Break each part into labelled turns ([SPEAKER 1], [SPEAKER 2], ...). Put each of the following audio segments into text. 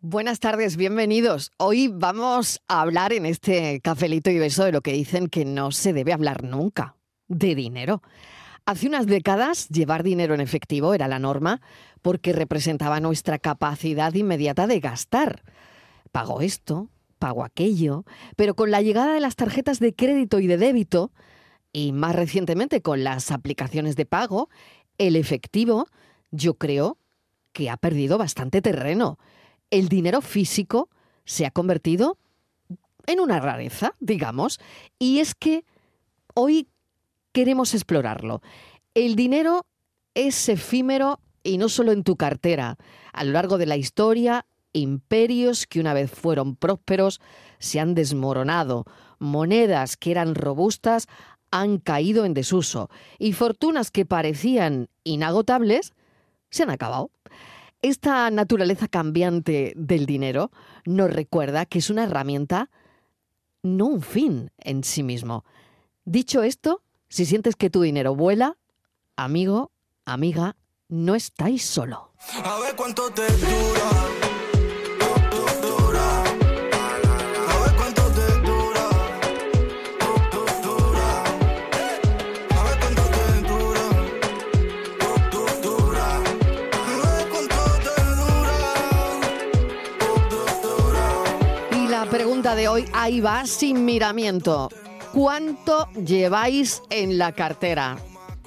[SPEAKER 1] Buenas tardes, bienvenidos. Hoy vamos a hablar en este cafelito y beso de lo que dicen que no se debe hablar nunca, de dinero. Hace unas décadas llevar dinero en efectivo era la norma porque representaba nuestra capacidad inmediata de gastar. Pago esto, pago aquello, pero con la llegada de las tarjetas de crédito y de débito, y más recientemente con las aplicaciones de pago, el efectivo yo creo que ha perdido bastante terreno. El dinero físico se ha convertido en una rareza, digamos, y es que hoy queremos explorarlo. El dinero es efímero y no solo en tu cartera. A lo largo de la historia, imperios que una vez fueron prósperos se han desmoronado, monedas que eran robustas han caído en desuso y fortunas que parecían inagotables se han acabado. Esta naturaleza cambiante del dinero nos recuerda que es una herramienta, no un fin en sí mismo. Dicho esto, si sientes que tu dinero vuela, amigo, amiga, no estáis solo.
[SPEAKER 2] A ver cuánto te dura. Dura. A ver cuánto te dura. Dura. A ver cuánto te dura. Dura. A ver cuánto te
[SPEAKER 1] Y la pregunta de hoy ahí va sin miramiento. ¿Cuánto lleváis en la cartera?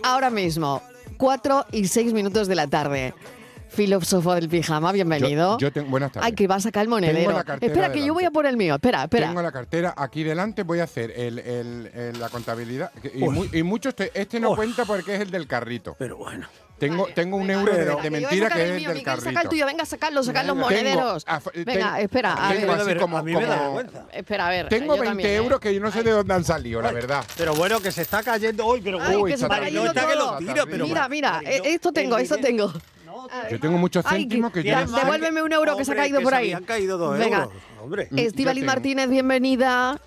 [SPEAKER 1] Ahora mismo, 4 y 6 minutos de la tarde. Filósofo del pijama, bienvenido.
[SPEAKER 3] Yo- yo tengo- buenas tardes.
[SPEAKER 1] Ay, que va a sacar el monedero.
[SPEAKER 3] Tengo la cartera
[SPEAKER 1] espera, que
[SPEAKER 3] delante.
[SPEAKER 1] yo voy a por el mío. Espera, espera.
[SPEAKER 3] Tengo la cartera aquí delante, voy a hacer el- el- el- la contabilidad. que- Y, mu- y mucho este, este no cuenta porque es el del carrito.
[SPEAKER 4] Pero bueno.
[SPEAKER 3] Tengo, tengo un euro de- de, mentira que es el del
[SPEAKER 1] Miguel, saca el
[SPEAKER 3] carrito.
[SPEAKER 1] tuyo, venga, sacar los
[SPEAKER 3] Venga.
[SPEAKER 1] monederos.
[SPEAKER 3] Tengo- af-
[SPEAKER 1] venga,
[SPEAKER 3] Eh, ten-
[SPEAKER 1] espera, a
[SPEAKER 3] tengo
[SPEAKER 1] ver.
[SPEAKER 3] así como-
[SPEAKER 4] a mí me da
[SPEAKER 3] como-
[SPEAKER 4] vergüenza.
[SPEAKER 1] Espera, a ver.
[SPEAKER 3] Tengo
[SPEAKER 1] yo
[SPEAKER 3] 20
[SPEAKER 1] también, ¿eh?
[SPEAKER 3] euros que yo no sé de dónde han salido, la verdad.
[SPEAKER 4] Pero bueno, que se está cayendo hoy, pero
[SPEAKER 1] Ay,
[SPEAKER 4] bueno.
[SPEAKER 1] que se está
[SPEAKER 4] Mariló
[SPEAKER 1] cayendo
[SPEAKER 4] está que
[SPEAKER 1] todo.
[SPEAKER 4] lo tira, pero
[SPEAKER 1] Mira,
[SPEAKER 4] bueno.
[SPEAKER 1] mira,
[SPEAKER 4] Mariló,
[SPEAKER 1] eh, esto tengo,
[SPEAKER 4] el
[SPEAKER 1] esto
[SPEAKER 4] dinero-
[SPEAKER 1] tengo.
[SPEAKER 4] No,
[SPEAKER 3] Yo tengo muchos
[SPEAKER 1] Ay,
[SPEAKER 3] céntimos que,
[SPEAKER 1] que-
[SPEAKER 3] yo
[SPEAKER 1] ya-
[SPEAKER 3] no sé.
[SPEAKER 1] devuelve- devuélveme un euro que se ha
[SPEAKER 4] Hombre,
[SPEAKER 1] caído por ahí.
[SPEAKER 4] Se habían caído dos
[SPEAKER 1] Venga.
[SPEAKER 4] euros, hombre.
[SPEAKER 3] Eh,
[SPEAKER 1] Estivaliz
[SPEAKER 3] tengo.
[SPEAKER 1] Martínez, bienvenida.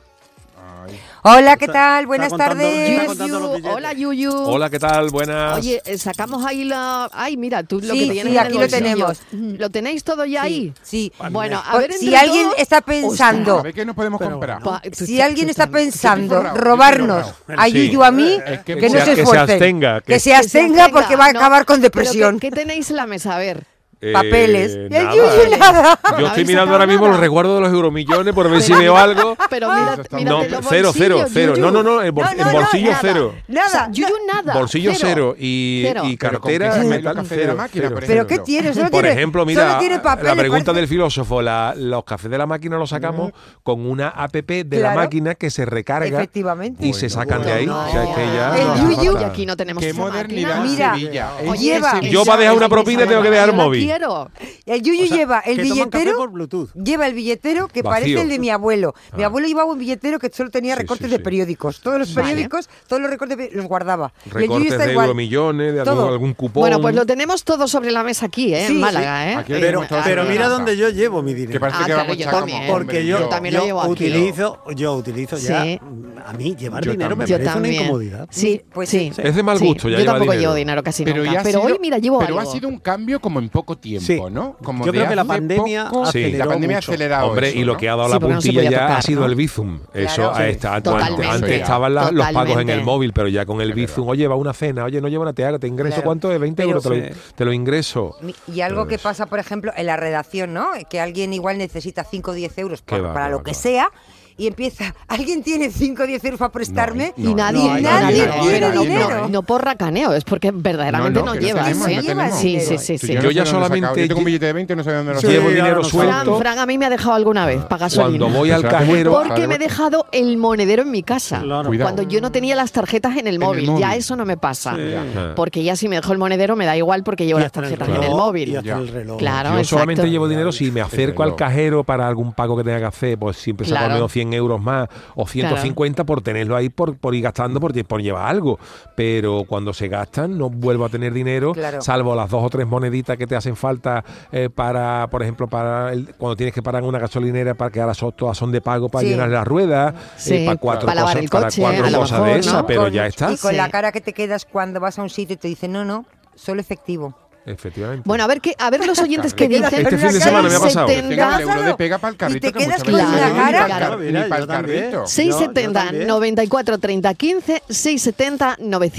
[SPEAKER 3] Ay,
[SPEAKER 5] Hola, ¿qué
[SPEAKER 4] Está-
[SPEAKER 5] tal?
[SPEAKER 4] está
[SPEAKER 5] Buenas
[SPEAKER 4] contando- está
[SPEAKER 5] tardes.
[SPEAKER 4] contando los
[SPEAKER 1] Yuyu,
[SPEAKER 4] billetes.
[SPEAKER 1] hola Yuyu.
[SPEAKER 6] Hola, ¿qué tal? Buenas.
[SPEAKER 1] Oye, eh, sacamos ahí la. Ay, mira, tú lo
[SPEAKER 5] Sí,
[SPEAKER 1] que tienes.
[SPEAKER 5] sí,
[SPEAKER 1] en el
[SPEAKER 5] aquí lo
[SPEAKER 1] bolsillo. Mm.
[SPEAKER 5] tenemos.
[SPEAKER 1] ¿Lo tenéis todo ya ahí?
[SPEAKER 5] Sí.
[SPEAKER 1] Bueno, a
[SPEAKER 5] Por-
[SPEAKER 1] ver.
[SPEAKER 5] si
[SPEAKER 1] entre
[SPEAKER 5] alguien
[SPEAKER 1] todos-
[SPEAKER 5] está
[SPEAKER 3] a
[SPEAKER 5] pensando,
[SPEAKER 3] ver qué nos podemos
[SPEAKER 4] Pero
[SPEAKER 3] comprar.
[SPEAKER 1] Pa- tú
[SPEAKER 5] si
[SPEAKER 1] estás-
[SPEAKER 5] alguien
[SPEAKER 1] tú
[SPEAKER 5] está
[SPEAKER 1] estás-
[SPEAKER 5] pensando
[SPEAKER 3] forrado, estoy
[SPEAKER 5] robarnos
[SPEAKER 3] forrado.
[SPEAKER 5] a
[SPEAKER 6] Sí.
[SPEAKER 5] Yuyu a mí,
[SPEAKER 3] Es que
[SPEAKER 5] que no
[SPEAKER 6] sea-
[SPEAKER 5] se
[SPEAKER 6] que se
[SPEAKER 5] esfuercen.
[SPEAKER 6] abstenga, que-
[SPEAKER 5] Que se
[SPEAKER 1] que se
[SPEAKER 5] abstenga porque va a
[SPEAKER 1] no,
[SPEAKER 5] acabar con
[SPEAKER 1] pero ¿qué-
[SPEAKER 5] depresión.
[SPEAKER 1] ¿Qué tenéis en la mesa? A ver.
[SPEAKER 6] Eh,
[SPEAKER 5] Papeles. Y el
[SPEAKER 6] nada. eh.
[SPEAKER 5] Yuyu
[SPEAKER 1] ¿No
[SPEAKER 5] nada.
[SPEAKER 6] Yo
[SPEAKER 1] habéis
[SPEAKER 6] estoy
[SPEAKER 1] sacado
[SPEAKER 6] mirando ahora mismo
[SPEAKER 1] nada?
[SPEAKER 6] los resguardos de los euromillones por ver si
[SPEAKER 1] Pero
[SPEAKER 6] veo
[SPEAKER 1] mira-
[SPEAKER 6] algo.
[SPEAKER 1] Pero
[SPEAKER 3] Ah,
[SPEAKER 1] mira,
[SPEAKER 3] eso está
[SPEAKER 1] mírate
[SPEAKER 6] No,
[SPEAKER 3] Mírate
[SPEAKER 1] los
[SPEAKER 6] cero, cero,
[SPEAKER 1] bolsillos,
[SPEAKER 6] cero.
[SPEAKER 1] Yuyu.
[SPEAKER 6] No, no, no, en, bol-
[SPEAKER 5] No, no,
[SPEAKER 6] en
[SPEAKER 5] no,
[SPEAKER 6] bolsillo
[SPEAKER 5] nada.
[SPEAKER 6] cero.
[SPEAKER 1] O sea,
[SPEAKER 5] Nada.
[SPEAKER 1] Yuyu nada.
[SPEAKER 6] Bolsillo cero, y,
[SPEAKER 1] Cero.
[SPEAKER 6] y
[SPEAKER 3] Pero con
[SPEAKER 6] cartera
[SPEAKER 3] que se me
[SPEAKER 6] metal
[SPEAKER 3] los cafés de la
[SPEAKER 6] cero.
[SPEAKER 3] máquina,
[SPEAKER 6] cero.
[SPEAKER 3] por
[SPEAKER 5] ¿Pero qué
[SPEAKER 3] ejemplo.
[SPEAKER 5] tiene? Solo
[SPEAKER 6] Por
[SPEAKER 5] tiene-
[SPEAKER 6] ejemplo,
[SPEAKER 5] solo
[SPEAKER 6] mira,
[SPEAKER 5] tiene papeles,
[SPEAKER 6] la pregunta
[SPEAKER 5] parece-
[SPEAKER 6] del filósofo, la- los cafés de la máquina los sacamos con una app de la
[SPEAKER 5] Claro.
[SPEAKER 6] máquina que se recarga
[SPEAKER 5] Efectivamente.
[SPEAKER 6] y se sacan de ahí.
[SPEAKER 1] No.
[SPEAKER 6] O sea, es que ya-
[SPEAKER 1] El
[SPEAKER 6] Ah, no,
[SPEAKER 5] Yuyu-
[SPEAKER 6] ya
[SPEAKER 1] Y
[SPEAKER 6] está.
[SPEAKER 1] aquí no tenemos
[SPEAKER 3] Qué
[SPEAKER 1] esa
[SPEAKER 3] modernidad
[SPEAKER 1] máquina.
[SPEAKER 3] en
[SPEAKER 5] Mira,
[SPEAKER 3] Sevilla.
[SPEAKER 5] oye,
[SPEAKER 3] Es-
[SPEAKER 5] lleva-
[SPEAKER 3] es-
[SPEAKER 6] Yo
[SPEAKER 1] esa-
[SPEAKER 6] para dejar una
[SPEAKER 1] esa-
[SPEAKER 6] propina
[SPEAKER 1] esa
[SPEAKER 6] tengo que
[SPEAKER 1] máquina
[SPEAKER 6] dejar
[SPEAKER 1] yo la
[SPEAKER 6] móvil.
[SPEAKER 1] quiero.
[SPEAKER 5] El Yuyu lleva el
[SPEAKER 4] que toman café
[SPEAKER 5] billetero.
[SPEAKER 4] por Bluetooth.
[SPEAKER 5] Lleva el billetero que
[SPEAKER 6] Vacío.
[SPEAKER 5] parece el de mi abuelo. Mi
[SPEAKER 6] Ah.
[SPEAKER 5] abuelo llevaba un billetero que solo tenía
[SPEAKER 6] Sí, sí,
[SPEAKER 5] recortes de
[SPEAKER 6] sí.
[SPEAKER 5] periódicos. Todos los
[SPEAKER 1] Vale.
[SPEAKER 5] periódicos, todos los recortes de peri- los guardaba. Y el Yuyu
[SPEAKER 6] Recortes
[SPEAKER 5] está
[SPEAKER 6] de
[SPEAKER 5] igual.
[SPEAKER 6] euromillones, de
[SPEAKER 5] Todo.
[SPEAKER 6] algún, algún cupón.
[SPEAKER 1] Bueno, pues lo tenemos todo sobre la mesa aquí, ¿eh?
[SPEAKER 5] Sí,
[SPEAKER 1] en
[SPEAKER 5] sí.
[SPEAKER 1] Málaga, ¿eh?
[SPEAKER 3] Aquí
[SPEAKER 1] Eh,
[SPEAKER 3] tenemos
[SPEAKER 4] Pero,
[SPEAKER 3] todo
[SPEAKER 4] pero
[SPEAKER 3] sobre
[SPEAKER 4] mira
[SPEAKER 3] la
[SPEAKER 4] dónde yo llevo mi
[SPEAKER 3] Que
[SPEAKER 4] dinero.
[SPEAKER 3] parece
[SPEAKER 1] Ah,
[SPEAKER 3] que vamos
[SPEAKER 1] claro,
[SPEAKER 3] a
[SPEAKER 1] yo
[SPEAKER 3] echar
[SPEAKER 1] también.
[SPEAKER 3] como
[SPEAKER 4] Porque yo,
[SPEAKER 1] Yo también lo llevo aquí.
[SPEAKER 4] utilizo, yo utilizo ya.
[SPEAKER 1] Sí.
[SPEAKER 4] A mí llevar
[SPEAKER 3] Yo
[SPEAKER 4] dinero
[SPEAKER 3] también.
[SPEAKER 4] me
[SPEAKER 1] Yo
[SPEAKER 4] parece una
[SPEAKER 1] también.
[SPEAKER 4] incomodidad.
[SPEAKER 1] Sí,
[SPEAKER 5] Pues
[SPEAKER 1] sí.
[SPEAKER 6] Es de mal
[SPEAKER 1] Sí,
[SPEAKER 6] gusto, ya
[SPEAKER 1] Yo
[SPEAKER 6] lleva
[SPEAKER 1] tampoco
[SPEAKER 6] dinero.
[SPEAKER 1] llevo dinero casi
[SPEAKER 3] ya
[SPEAKER 1] nunca.
[SPEAKER 3] ha
[SPEAKER 1] Pero
[SPEAKER 3] sido-
[SPEAKER 1] hoy, mira, llevo
[SPEAKER 3] pero
[SPEAKER 1] algo.
[SPEAKER 3] ha sido un cambio como en poco tiempo,
[SPEAKER 4] Sí.
[SPEAKER 3] ¿no? Como
[SPEAKER 4] Yo
[SPEAKER 3] de
[SPEAKER 4] creo que la
[SPEAKER 3] hace
[SPEAKER 4] pandemia
[SPEAKER 3] poco-
[SPEAKER 6] Sí.
[SPEAKER 3] la
[SPEAKER 4] aceleró
[SPEAKER 3] pandemia ha
[SPEAKER 4] mucho.
[SPEAKER 3] acelerado
[SPEAKER 6] Hombre,
[SPEAKER 3] eso,
[SPEAKER 6] y lo
[SPEAKER 3] ¿no?
[SPEAKER 6] que ha dado
[SPEAKER 1] Sí,
[SPEAKER 6] la
[SPEAKER 1] porque no se
[SPEAKER 6] puntilla
[SPEAKER 1] podía
[SPEAKER 6] ya
[SPEAKER 1] tocar,
[SPEAKER 6] ha sido
[SPEAKER 1] ¿no?
[SPEAKER 6] el Bizum. Eso
[SPEAKER 5] Claro.
[SPEAKER 6] a esta- antes-
[SPEAKER 1] Totalmente.
[SPEAKER 6] antes estaban la- los pagos en
[SPEAKER 1] Totalmente.
[SPEAKER 6] el móvil, pero ya con el Bizum, oye, va una cena, oye, no lleva una teaga, te ingreso
[SPEAKER 5] Claro.
[SPEAKER 6] cuánto de 20 euros, te lo,
[SPEAKER 4] Pero-
[SPEAKER 6] te lo ingreso.
[SPEAKER 5] Mi- Y algo que pasa, por ejemplo, en la redacción, ¿no? Que alguien igual necesita 5 o 10 euros
[SPEAKER 6] Qué
[SPEAKER 5] por-
[SPEAKER 6] va,
[SPEAKER 5] para
[SPEAKER 6] qué
[SPEAKER 5] lo
[SPEAKER 6] va,
[SPEAKER 5] que
[SPEAKER 6] qué va.
[SPEAKER 5] sea y empieza, ¿alguien tiene 5 o 10 euros para prestarme?
[SPEAKER 1] Y nadie,
[SPEAKER 4] no,
[SPEAKER 5] y
[SPEAKER 4] hay-
[SPEAKER 5] nadie
[SPEAKER 4] no,
[SPEAKER 5] tiene
[SPEAKER 1] pero no,
[SPEAKER 5] dinero.
[SPEAKER 1] No, no por racaneo, es porque verdaderamente no,
[SPEAKER 3] No, no, que no
[SPEAKER 1] llevas.
[SPEAKER 3] tenemos,
[SPEAKER 1] ¿eh?
[SPEAKER 5] no tenemos.
[SPEAKER 1] sí, sí, sí.
[SPEAKER 3] Tú,
[SPEAKER 1] sí.
[SPEAKER 3] no sé
[SPEAKER 6] Yo ya
[SPEAKER 3] dónde lo he
[SPEAKER 6] solamente
[SPEAKER 3] sacado. Yo tengo un
[SPEAKER 6] lle-
[SPEAKER 3] billete de 20 y no sé dónde lo he
[SPEAKER 4] Sí,
[SPEAKER 6] llevo
[SPEAKER 3] sacado.
[SPEAKER 4] ahora
[SPEAKER 6] dinero
[SPEAKER 4] no sé.
[SPEAKER 6] suelto.
[SPEAKER 1] Fran, Fran, a mí me ha dejado alguna vez para gasolina.
[SPEAKER 6] Cuando voy al
[SPEAKER 3] Pero hace
[SPEAKER 6] cajero,
[SPEAKER 3] mucho-
[SPEAKER 1] Porque me he dejado el monedero en mi casa.
[SPEAKER 4] Claro.
[SPEAKER 3] Cuidado.
[SPEAKER 1] Cuando yo no tenía las tarjetas en el
[SPEAKER 3] el
[SPEAKER 1] móvil. Ya
[SPEAKER 3] móvil.
[SPEAKER 1] eso no me pasa.
[SPEAKER 6] Ajá.
[SPEAKER 1] Porque ya si me dejo el monedero me da igual porque llevo
[SPEAKER 4] Y
[SPEAKER 1] las
[SPEAKER 4] hasta en el
[SPEAKER 1] tarjetas en
[SPEAKER 4] reloj,
[SPEAKER 1] el móvil.
[SPEAKER 4] y hasta en el reloj.
[SPEAKER 1] Claro,
[SPEAKER 6] yo
[SPEAKER 1] exacto.
[SPEAKER 6] solamente llevo dinero si me acerco al
[SPEAKER 3] reloj.
[SPEAKER 6] cajero para algún pago que tenga que hacer, pues siempre saco
[SPEAKER 1] Claro.
[SPEAKER 6] al menos 100 euros más o 150 por tenerlo ahí, por, por ir gastando, por, por llevar algo. Pero cuando se gastan no vuelvo a tener dinero,
[SPEAKER 5] Claro.
[SPEAKER 6] salvo las dos o tres moneditas que te hacen falta eh, para, por ejemplo, para el- cuando tienes que parar en una gasolinera para que ahora son, todas son de pago para
[SPEAKER 5] Sí.
[SPEAKER 6] llenar las ruedas,
[SPEAKER 1] Sí,
[SPEAKER 6] eh, para cuatro
[SPEAKER 1] para lavar
[SPEAKER 6] cosas,
[SPEAKER 1] el
[SPEAKER 6] para
[SPEAKER 1] coche,
[SPEAKER 6] cuatro
[SPEAKER 1] a lo
[SPEAKER 6] cosas
[SPEAKER 1] mejor,
[SPEAKER 6] de
[SPEAKER 1] ¿no?
[SPEAKER 6] esas, pero
[SPEAKER 5] Con-
[SPEAKER 6] ya está.
[SPEAKER 5] Y con
[SPEAKER 1] Sí.
[SPEAKER 5] la cara que te quedas cuando vas a un sitio y te dicen, no, no, solo efectivo.
[SPEAKER 6] Efectivamente.
[SPEAKER 1] Bueno, a ver, qué, a ver los oyentes que dicen.
[SPEAKER 4] quedas
[SPEAKER 6] Este fin de semana me ha pasado.
[SPEAKER 1] 70,
[SPEAKER 3] Tenga el euro de
[SPEAKER 5] Lázaro,
[SPEAKER 3] pega para el
[SPEAKER 5] y
[SPEAKER 3] carrito.
[SPEAKER 5] te
[SPEAKER 3] que
[SPEAKER 5] quedas
[SPEAKER 3] muchas
[SPEAKER 1] con
[SPEAKER 3] veces
[SPEAKER 1] la
[SPEAKER 3] no ni
[SPEAKER 1] cara.
[SPEAKER 3] pa'l car-
[SPEAKER 4] Mira,
[SPEAKER 3] Ni
[SPEAKER 4] yo
[SPEAKER 3] para el
[SPEAKER 4] también.
[SPEAKER 3] carrito.
[SPEAKER 4] Sí. Yo- yo
[SPEAKER 1] 670
[SPEAKER 4] también.
[SPEAKER 1] 94 30 15 670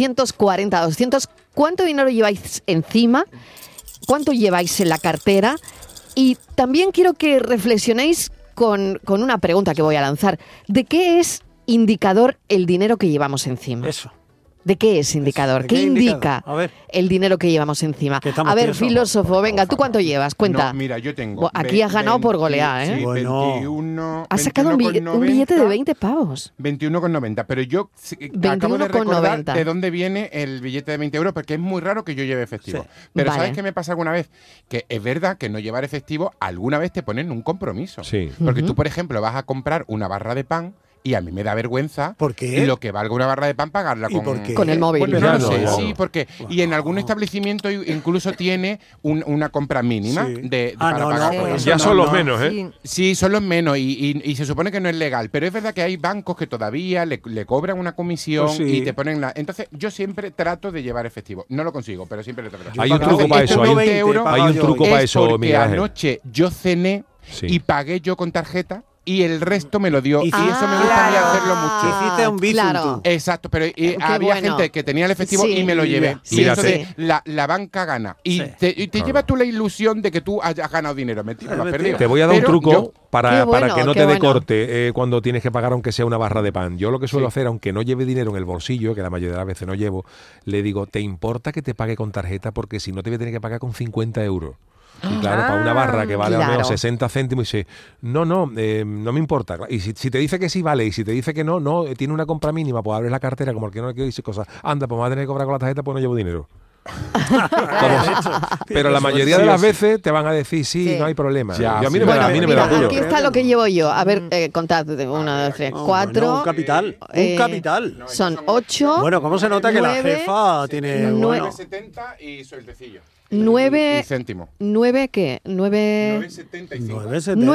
[SPEAKER 1] 940 200 ¿Cuánto dinero lleváis encima? ¿Cuánto lleváis en la cartera? Y también quiero que reflexionéis con, con una pregunta que voy a lanzar. ¿De qué es indicador el dinero que llevamos encima?
[SPEAKER 4] Eso.
[SPEAKER 1] ¿De qué es indicador?
[SPEAKER 4] ¿De
[SPEAKER 1] ¿Qué,
[SPEAKER 4] qué
[SPEAKER 1] indica
[SPEAKER 4] indicador? A ver.
[SPEAKER 1] el dinero que llevamos encima?
[SPEAKER 4] Que estamos
[SPEAKER 1] A ver,
[SPEAKER 4] tiesos,
[SPEAKER 1] filósofo, venga, ¿tú cuánto llevas? Cuenta.
[SPEAKER 3] No, mira, yo tengo.
[SPEAKER 1] Bo- aquí has ganado por goleada, ¿eh?
[SPEAKER 3] Sí,
[SPEAKER 4] Bueno.
[SPEAKER 3] 21,
[SPEAKER 1] Has sacado un, bi- un
[SPEAKER 3] 21,90.
[SPEAKER 1] billete de 20 pavos.
[SPEAKER 3] 21,90, pero yo sí- acabo de recordar
[SPEAKER 1] 21,90.
[SPEAKER 3] de dónde viene el billete de 20 euros, porque es muy raro que yo lleve efectivo.
[SPEAKER 4] Sí.
[SPEAKER 3] Pero
[SPEAKER 1] Vale.
[SPEAKER 3] ¿sabes qué me pasa alguna vez? Que es verdad que no llevar efectivo alguna vez te ponen un compromiso.
[SPEAKER 6] Sí.
[SPEAKER 3] Porque
[SPEAKER 1] Ujú.
[SPEAKER 3] tú, por ejemplo, vas a comprar una barra de pan y a mí me da vergüenza
[SPEAKER 4] ¿Por qué?
[SPEAKER 3] lo que valga una barra de pan pagarla
[SPEAKER 4] ¿Y
[SPEAKER 3] con...
[SPEAKER 4] por qué?
[SPEAKER 1] Con el móvil.
[SPEAKER 3] Bueno,
[SPEAKER 6] Ya
[SPEAKER 3] no lo sé,
[SPEAKER 6] no.
[SPEAKER 3] sí, porque... Y en algún establecimiento incluso tiene un- una compra mínima
[SPEAKER 4] Sí.
[SPEAKER 3] de, de-
[SPEAKER 4] Ah,
[SPEAKER 3] para
[SPEAKER 4] no, no,
[SPEAKER 3] pagar con
[SPEAKER 4] pues
[SPEAKER 3] eso.
[SPEAKER 6] ya
[SPEAKER 4] no,
[SPEAKER 6] son los
[SPEAKER 4] no.
[SPEAKER 6] menos, ¿eh?
[SPEAKER 5] Sí.
[SPEAKER 3] Sí, son los menos y, y- y se supone que no es legal, pero es verdad que hay bancos que todavía le, le cobran una comisión
[SPEAKER 4] Pues sí.
[SPEAKER 3] y te ponen la... Entonces yo siempre trato de llevar efectivo, no lo consigo, pero siempre lo trato.
[SPEAKER 6] Hay
[SPEAKER 4] Yo
[SPEAKER 6] un
[SPEAKER 4] pagaba
[SPEAKER 6] truco para
[SPEAKER 4] este
[SPEAKER 6] eso, hay un,
[SPEAKER 4] 1,20
[SPEAKER 3] euro,
[SPEAKER 4] pagaba
[SPEAKER 6] hay un
[SPEAKER 4] yo.
[SPEAKER 6] truco
[SPEAKER 3] Es
[SPEAKER 6] para eso,
[SPEAKER 3] porque
[SPEAKER 6] Miguel Ángel.
[SPEAKER 3] anoche yo cené
[SPEAKER 6] Sí.
[SPEAKER 3] y pagué yo con tarjeta y el resto me lo dio y,
[SPEAKER 4] Hiciste-
[SPEAKER 3] eso me gusta a mí
[SPEAKER 4] Claro.
[SPEAKER 3] hacerlo mucho.
[SPEAKER 4] Hiciste un bizum
[SPEAKER 1] Claro.
[SPEAKER 4] tú.
[SPEAKER 3] Exacto, pero eh,
[SPEAKER 1] Qué
[SPEAKER 3] había
[SPEAKER 1] bueno.
[SPEAKER 3] gente que tenía el efectivo
[SPEAKER 1] Sí.
[SPEAKER 3] y me lo llevé.
[SPEAKER 1] Sí,
[SPEAKER 3] y eso
[SPEAKER 6] sí.
[SPEAKER 3] de la, la banca gana. Y
[SPEAKER 4] Sí.
[SPEAKER 3] te, y te
[SPEAKER 6] Claro.
[SPEAKER 3] llevas tú la ilusión de que tú hayas ganado dinero. Mentira,
[SPEAKER 4] Es
[SPEAKER 3] lo has
[SPEAKER 4] mentira.
[SPEAKER 3] perdido.
[SPEAKER 6] Te voy a dar un
[SPEAKER 3] Pero
[SPEAKER 6] truco
[SPEAKER 3] yo-
[SPEAKER 6] para,
[SPEAKER 1] Qué
[SPEAKER 6] para
[SPEAKER 1] bueno,
[SPEAKER 6] que no
[SPEAKER 1] qué
[SPEAKER 6] te dé
[SPEAKER 1] bueno.
[SPEAKER 6] corte eh, cuando tienes que pagar, aunque sea una barra de pan. Yo lo que suelo
[SPEAKER 3] Sí.
[SPEAKER 6] hacer, aunque no lleve dinero en el bolsillo, que la mayoría de las veces no llevo, le digo, ¿te importa que te pague con tarjeta? Porque si no, te voy a tener que pagar con 50 euros. Y claro, para una barra que vale al
[SPEAKER 1] Ah, claro.
[SPEAKER 6] menos 60 céntimos, y dice, no, no, eh, no me importa. Y si, si te dice que sí, vale. Y si te dice que no, no, eh, tiene una compra mínima, pues abres la cartera, como el que no le quiere decir cosas. Anda, pues me vas a tener que cobrar con la tarjeta, pues no llevo dinero. Pero la mayoría de las veces te van a decir, sí,
[SPEAKER 5] Sí.
[SPEAKER 6] no hay problema.
[SPEAKER 3] Ya,
[SPEAKER 6] Yo a mí
[SPEAKER 3] sí.
[SPEAKER 6] no me
[SPEAKER 1] Bueno,
[SPEAKER 6] da- a mí no me da
[SPEAKER 1] mira,
[SPEAKER 6] apuro.
[SPEAKER 1] aquí está lo que llevo yo. A ver, eh, contad. de Una, dos, tres,
[SPEAKER 4] Oh, bueno,
[SPEAKER 1] cuatro.
[SPEAKER 4] un capital.
[SPEAKER 1] eh,
[SPEAKER 4] un capital.
[SPEAKER 1] Son ocho.
[SPEAKER 4] Bueno, ¿cómo se nota que la
[SPEAKER 1] nueve,
[SPEAKER 4] jefa tiene.
[SPEAKER 1] nueve-
[SPEAKER 4] Bueno,
[SPEAKER 3] 9,70 y sueltecillo.
[SPEAKER 1] Nueve.
[SPEAKER 3] Y céntimo.
[SPEAKER 1] ¿Nueve qué? Nueve.
[SPEAKER 3] 9,75.
[SPEAKER 4] 970.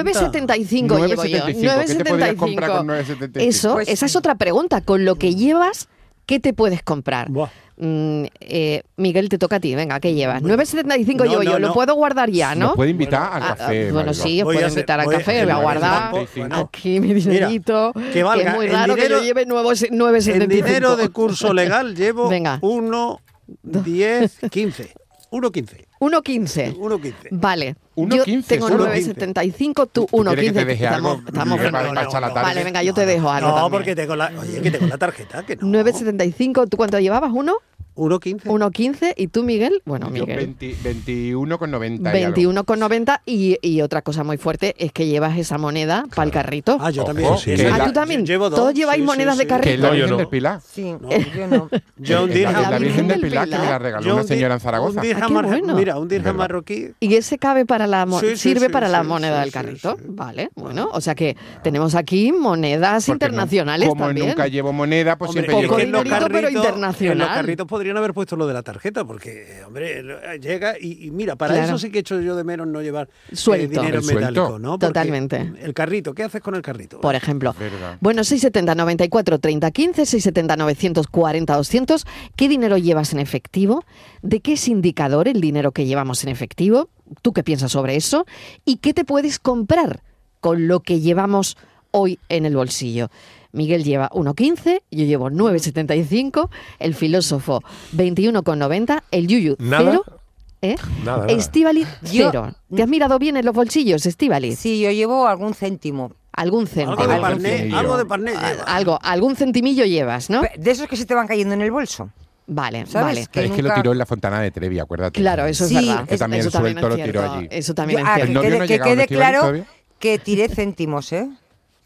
[SPEAKER 1] 9,75 llevo yo.
[SPEAKER 3] 9,75. ¿Qué te podrías comprar con
[SPEAKER 1] 9,75?
[SPEAKER 3] 9,75?
[SPEAKER 1] Eso,
[SPEAKER 5] Pues
[SPEAKER 1] esa
[SPEAKER 5] sí.
[SPEAKER 1] es otra pregunta. Con lo que llevas, ¿qué te puedes comprar?
[SPEAKER 4] Buah.
[SPEAKER 1] Mm, eh, Miguel, te toca a ti. Venga, ¿qué llevas? 9,75
[SPEAKER 4] No,
[SPEAKER 1] llevo
[SPEAKER 4] no,
[SPEAKER 1] yo. Lo
[SPEAKER 4] no.
[SPEAKER 1] puedo guardar ya, ¿no?
[SPEAKER 3] Nos puede invitar
[SPEAKER 1] Ah,
[SPEAKER 3] al café.
[SPEAKER 1] ah, bueno,
[SPEAKER 3] Mariló.
[SPEAKER 1] sí, os
[SPEAKER 4] Voy a
[SPEAKER 1] puedo
[SPEAKER 4] hacer-
[SPEAKER 1] invitar al
[SPEAKER 4] voy a-
[SPEAKER 1] café, voy a
[SPEAKER 4] el
[SPEAKER 1] guardar.
[SPEAKER 4] banco, bueno.
[SPEAKER 1] Aquí mi dinerito.
[SPEAKER 4] que
[SPEAKER 1] que
[SPEAKER 4] valga.
[SPEAKER 1] es muy
[SPEAKER 4] En
[SPEAKER 1] raro que
[SPEAKER 4] dinero-
[SPEAKER 1] yo lleve nuevos
[SPEAKER 4] En
[SPEAKER 1] 9,75.
[SPEAKER 4] dinero de curso legal llevo
[SPEAKER 1] Venga.
[SPEAKER 4] 1, 10, 15. 1, 15.
[SPEAKER 1] 1,15.
[SPEAKER 4] 1, 15.
[SPEAKER 1] Vale.
[SPEAKER 3] 1,15,
[SPEAKER 1] yo tengo
[SPEAKER 3] solo.
[SPEAKER 1] 9,75, tú
[SPEAKER 3] ¿Tú quieres
[SPEAKER 1] 1,15.
[SPEAKER 3] que te deje
[SPEAKER 1] Estamos-
[SPEAKER 3] algo?
[SPEAKER 1] estamos
[SPEAKER 3] Miguel, para-
[SPEAKER 1] fenomenal.
[SPEAKER 3] para echar la tarde.
[SPEAKER 1] Vale, venga, yo te dejo algo.
[SPEAKER 4] No,
[SPEAKER 1] también.
[SPEAKER 4] porque tengo la. Oye, que tengo la tarjeta, que no.
[SPEAKER 1] 9,75, ¿tú cuánto llevabas? ¿Uno?
[SPEAKER 4] 1, 15.
[SPEAKER 1] 1,15 y tú, Miguel, bueno,
[SPEAKER 3] Yo
[SPEAKER 1] Miguel,
[SPEAKER 3] 20 21,90. y algo.
[SPEAKER 1] 21,90 y, y otra cosa muy fuerte es que llevas esa moneda para el carrito.
[SPEAKER 4] Ah, yo
[SPEAKER 3] Ojo,
[SPEAKER 4] también.
[SPEAKER 6] sí,
[SPEAKER 4] Esa
[SPEAKER 3] que
[SPEAKER 4] es
[SPEAKER 1] ah,
[SPEAKER 3] la-
[SPEAKER 1] tú también.
[SPEAKER 4] Llevo dos.
[SPEAKER 1] Todos lleváis
[SPEAKER 4] Sí, sí,
[SPEAKER 1] monedas de
[SPEAKER 4] sí.
[SPEAKER 3] Que
[SPEAKER 1] carrito.
[SPEAKER 3] la
[SPEAKER 6] No, yo
[SPEAKER 3] Virgen
[SPEAKER 6] no.
[SPEAKER 3] del Pilar.
[SPEAKER 5] Sí,
[SPEAKER 4] No.
[SPEAKER 5] yo no.
[SPEAKER 4] Yo un
[SPEAKER 3] Es la,
[SPEAKER 4] dirham.
[SPEAKER 3] la Virgen del Pilar, que me la regaló
[SPEAKER 4] yo
[SPEAKER 3] una
[SPEAKER 4] un di-
[SPEAKER 3] señora en Zaragoza.
[SPEAKER 4] Un dirham
[SPEAKER 1] Ah, qué
[SPEAKER 4] marra-
[SPEAKER 1] bueno.
[SPEAKER 4] Mira, un dirham
[SPEAKER 3] ¿Verdad?
[SPEAKER 4] marroquí.
[SPEAKER 1] Y ese cabe para la mo-
[SPEAKER 4] Sí, sí,
[SPEAKER 1] sirve
[SPEAKER 4] sí,
[SPEAKER 1] para
[SPEAKER 4] sí,
[SPEAKER 1] la
[SPEAKER 4] sí,
[SPEAKER 1] moneda
[SPEAKER 4] sí,
[SPEAKER 1] del
[SPEAKER 4] sí,
[SPEAKER 1] carrito,
[SPEAKER 4] sí.
[SPEAKER 1] vale. Bueno, o sea que tenemos aquí monedas
[SPEAKER 3] Porque no-
[SPEAKER 1] internacionales
[SPEAKER 3] como
[SPEAKER 1] también.
[SPEAKER 3] nunca llevo moneda, pues
[SPEAKER 4] Hombre,
[SPEAKER 3] siempre
[SPEAKER 1] poco
[SPEAKER 3] llevo...
[SPEAKER 4] es que en los
[SPEAKER 1] dinerito, pero
[SPEAKER 4] carritos-
[SPEAKER 1] internacional.
[SPEAKER 4] En los carritos podrían haber puesto lo de la tarjeta, porque, eh, hombre, lo- eh, llega y, y mira, para
[SPEAKER 1] Claro.
[SPEAKER 4] eso sí que echo yo de menos no llevar eh,
[SPEAKER 1] Suelto.
[SPEAKER 4] dinero
[SPEAKER 3] El suelto.
[SPEAKER 4] metálico, ¿no? Porque
[SPEAKER 1] Totalmente.
[SPEAKER 4] El carrito, ¿qué haces con el carrito?
[SPEAKER 1] Por ejemplo.
[SPEAKER 3] Verdad.
[SPEAKER 1] Bueno, 670 94 30 15, 670 940 200. ¿Qué dinero llevas en efectivo? ¿De qué es indicador el dinero que llevamos en efectivo? ¿Tú qué piensas sobre eso? ¿Y qué te puedes comprar con lo que llevamos hoy en el bolsillo? Miguel lleva 1,15, yo llevo 9,75, el filósofo 21,90, el Yuyu
[SPEAKER 6] Nada.
[SPEAKER 1] 0, ¿eh?
[SPEAKER 6] Nada, nada.
[SPEAKER 1] Estivali
[SPEAKER 5] Yo-
[SPEAKER 1] 0. ¿Te has mirado bien en los bolsillos, Estivali?
[SPEAKER 5] Sí, yo llevo algún céntimo.
[SPEAKER 1] Algún céntimo.
[SPEAKER 4] algo de
[SPEAKER 3] algo
[SPEAKER 4] parné,
[SPEAKER 3] sencillo.
[SPEAKER 4] algo de parné.
[SPEAKER 1] Al-
[SPEAKER 4] lleva.
[SPEAKER 1] Algo, algún centimillo llevas, ¿no?
[SPEAKER 5] Pe- De esos que se te van cayendo en el bolso.
[SPEAKER 1] Vale,
[SPEAKER 5] ¿Sabes?
[SPEAKER 1] vale.
[SPEAKER 3] Es que lo
[SPEAKER 5] nunca-
[SPEAKER 3] tiró en la fontana de Trevi, acuérdate.
[SPEAKER 1] Claro, eso
[SPEAKER 5] Sí,
[SPEAKER 1] es verdad.
[SPEAKER 5] que
[SPEAKER 1] Eso
[SPEAKER 3] también el
[SPEAKER 1] es
[SPEAKER 3] suelto lo tiró
[SPEAKER 1] cierto.
[SPEAKER 3] allí.
[SPEAKER 1] Eso
[SPEAKER 5] Yo-
[SPEAKER 1] también
[SPEAKER 5] ah,
[SPEAKER 1] es
[SPEAKER 5] que
[SPEAKER 3] El novio
[SPEAKER 1] cierto.
[SPEAKER 3] no
[SPEAKER 5] quede,
[SPEAKER 3] ha
[SPEAKER 5] que
[SPEAKER 3] llegado, ¿no,
[SPEAKER 5] quede
[SPEAKER 3] Estivali,
[SPEAKER 5] claro
[SPEAKER 3] todavía?
[SPEAKER 5] que tiré céntimos, ¿eh?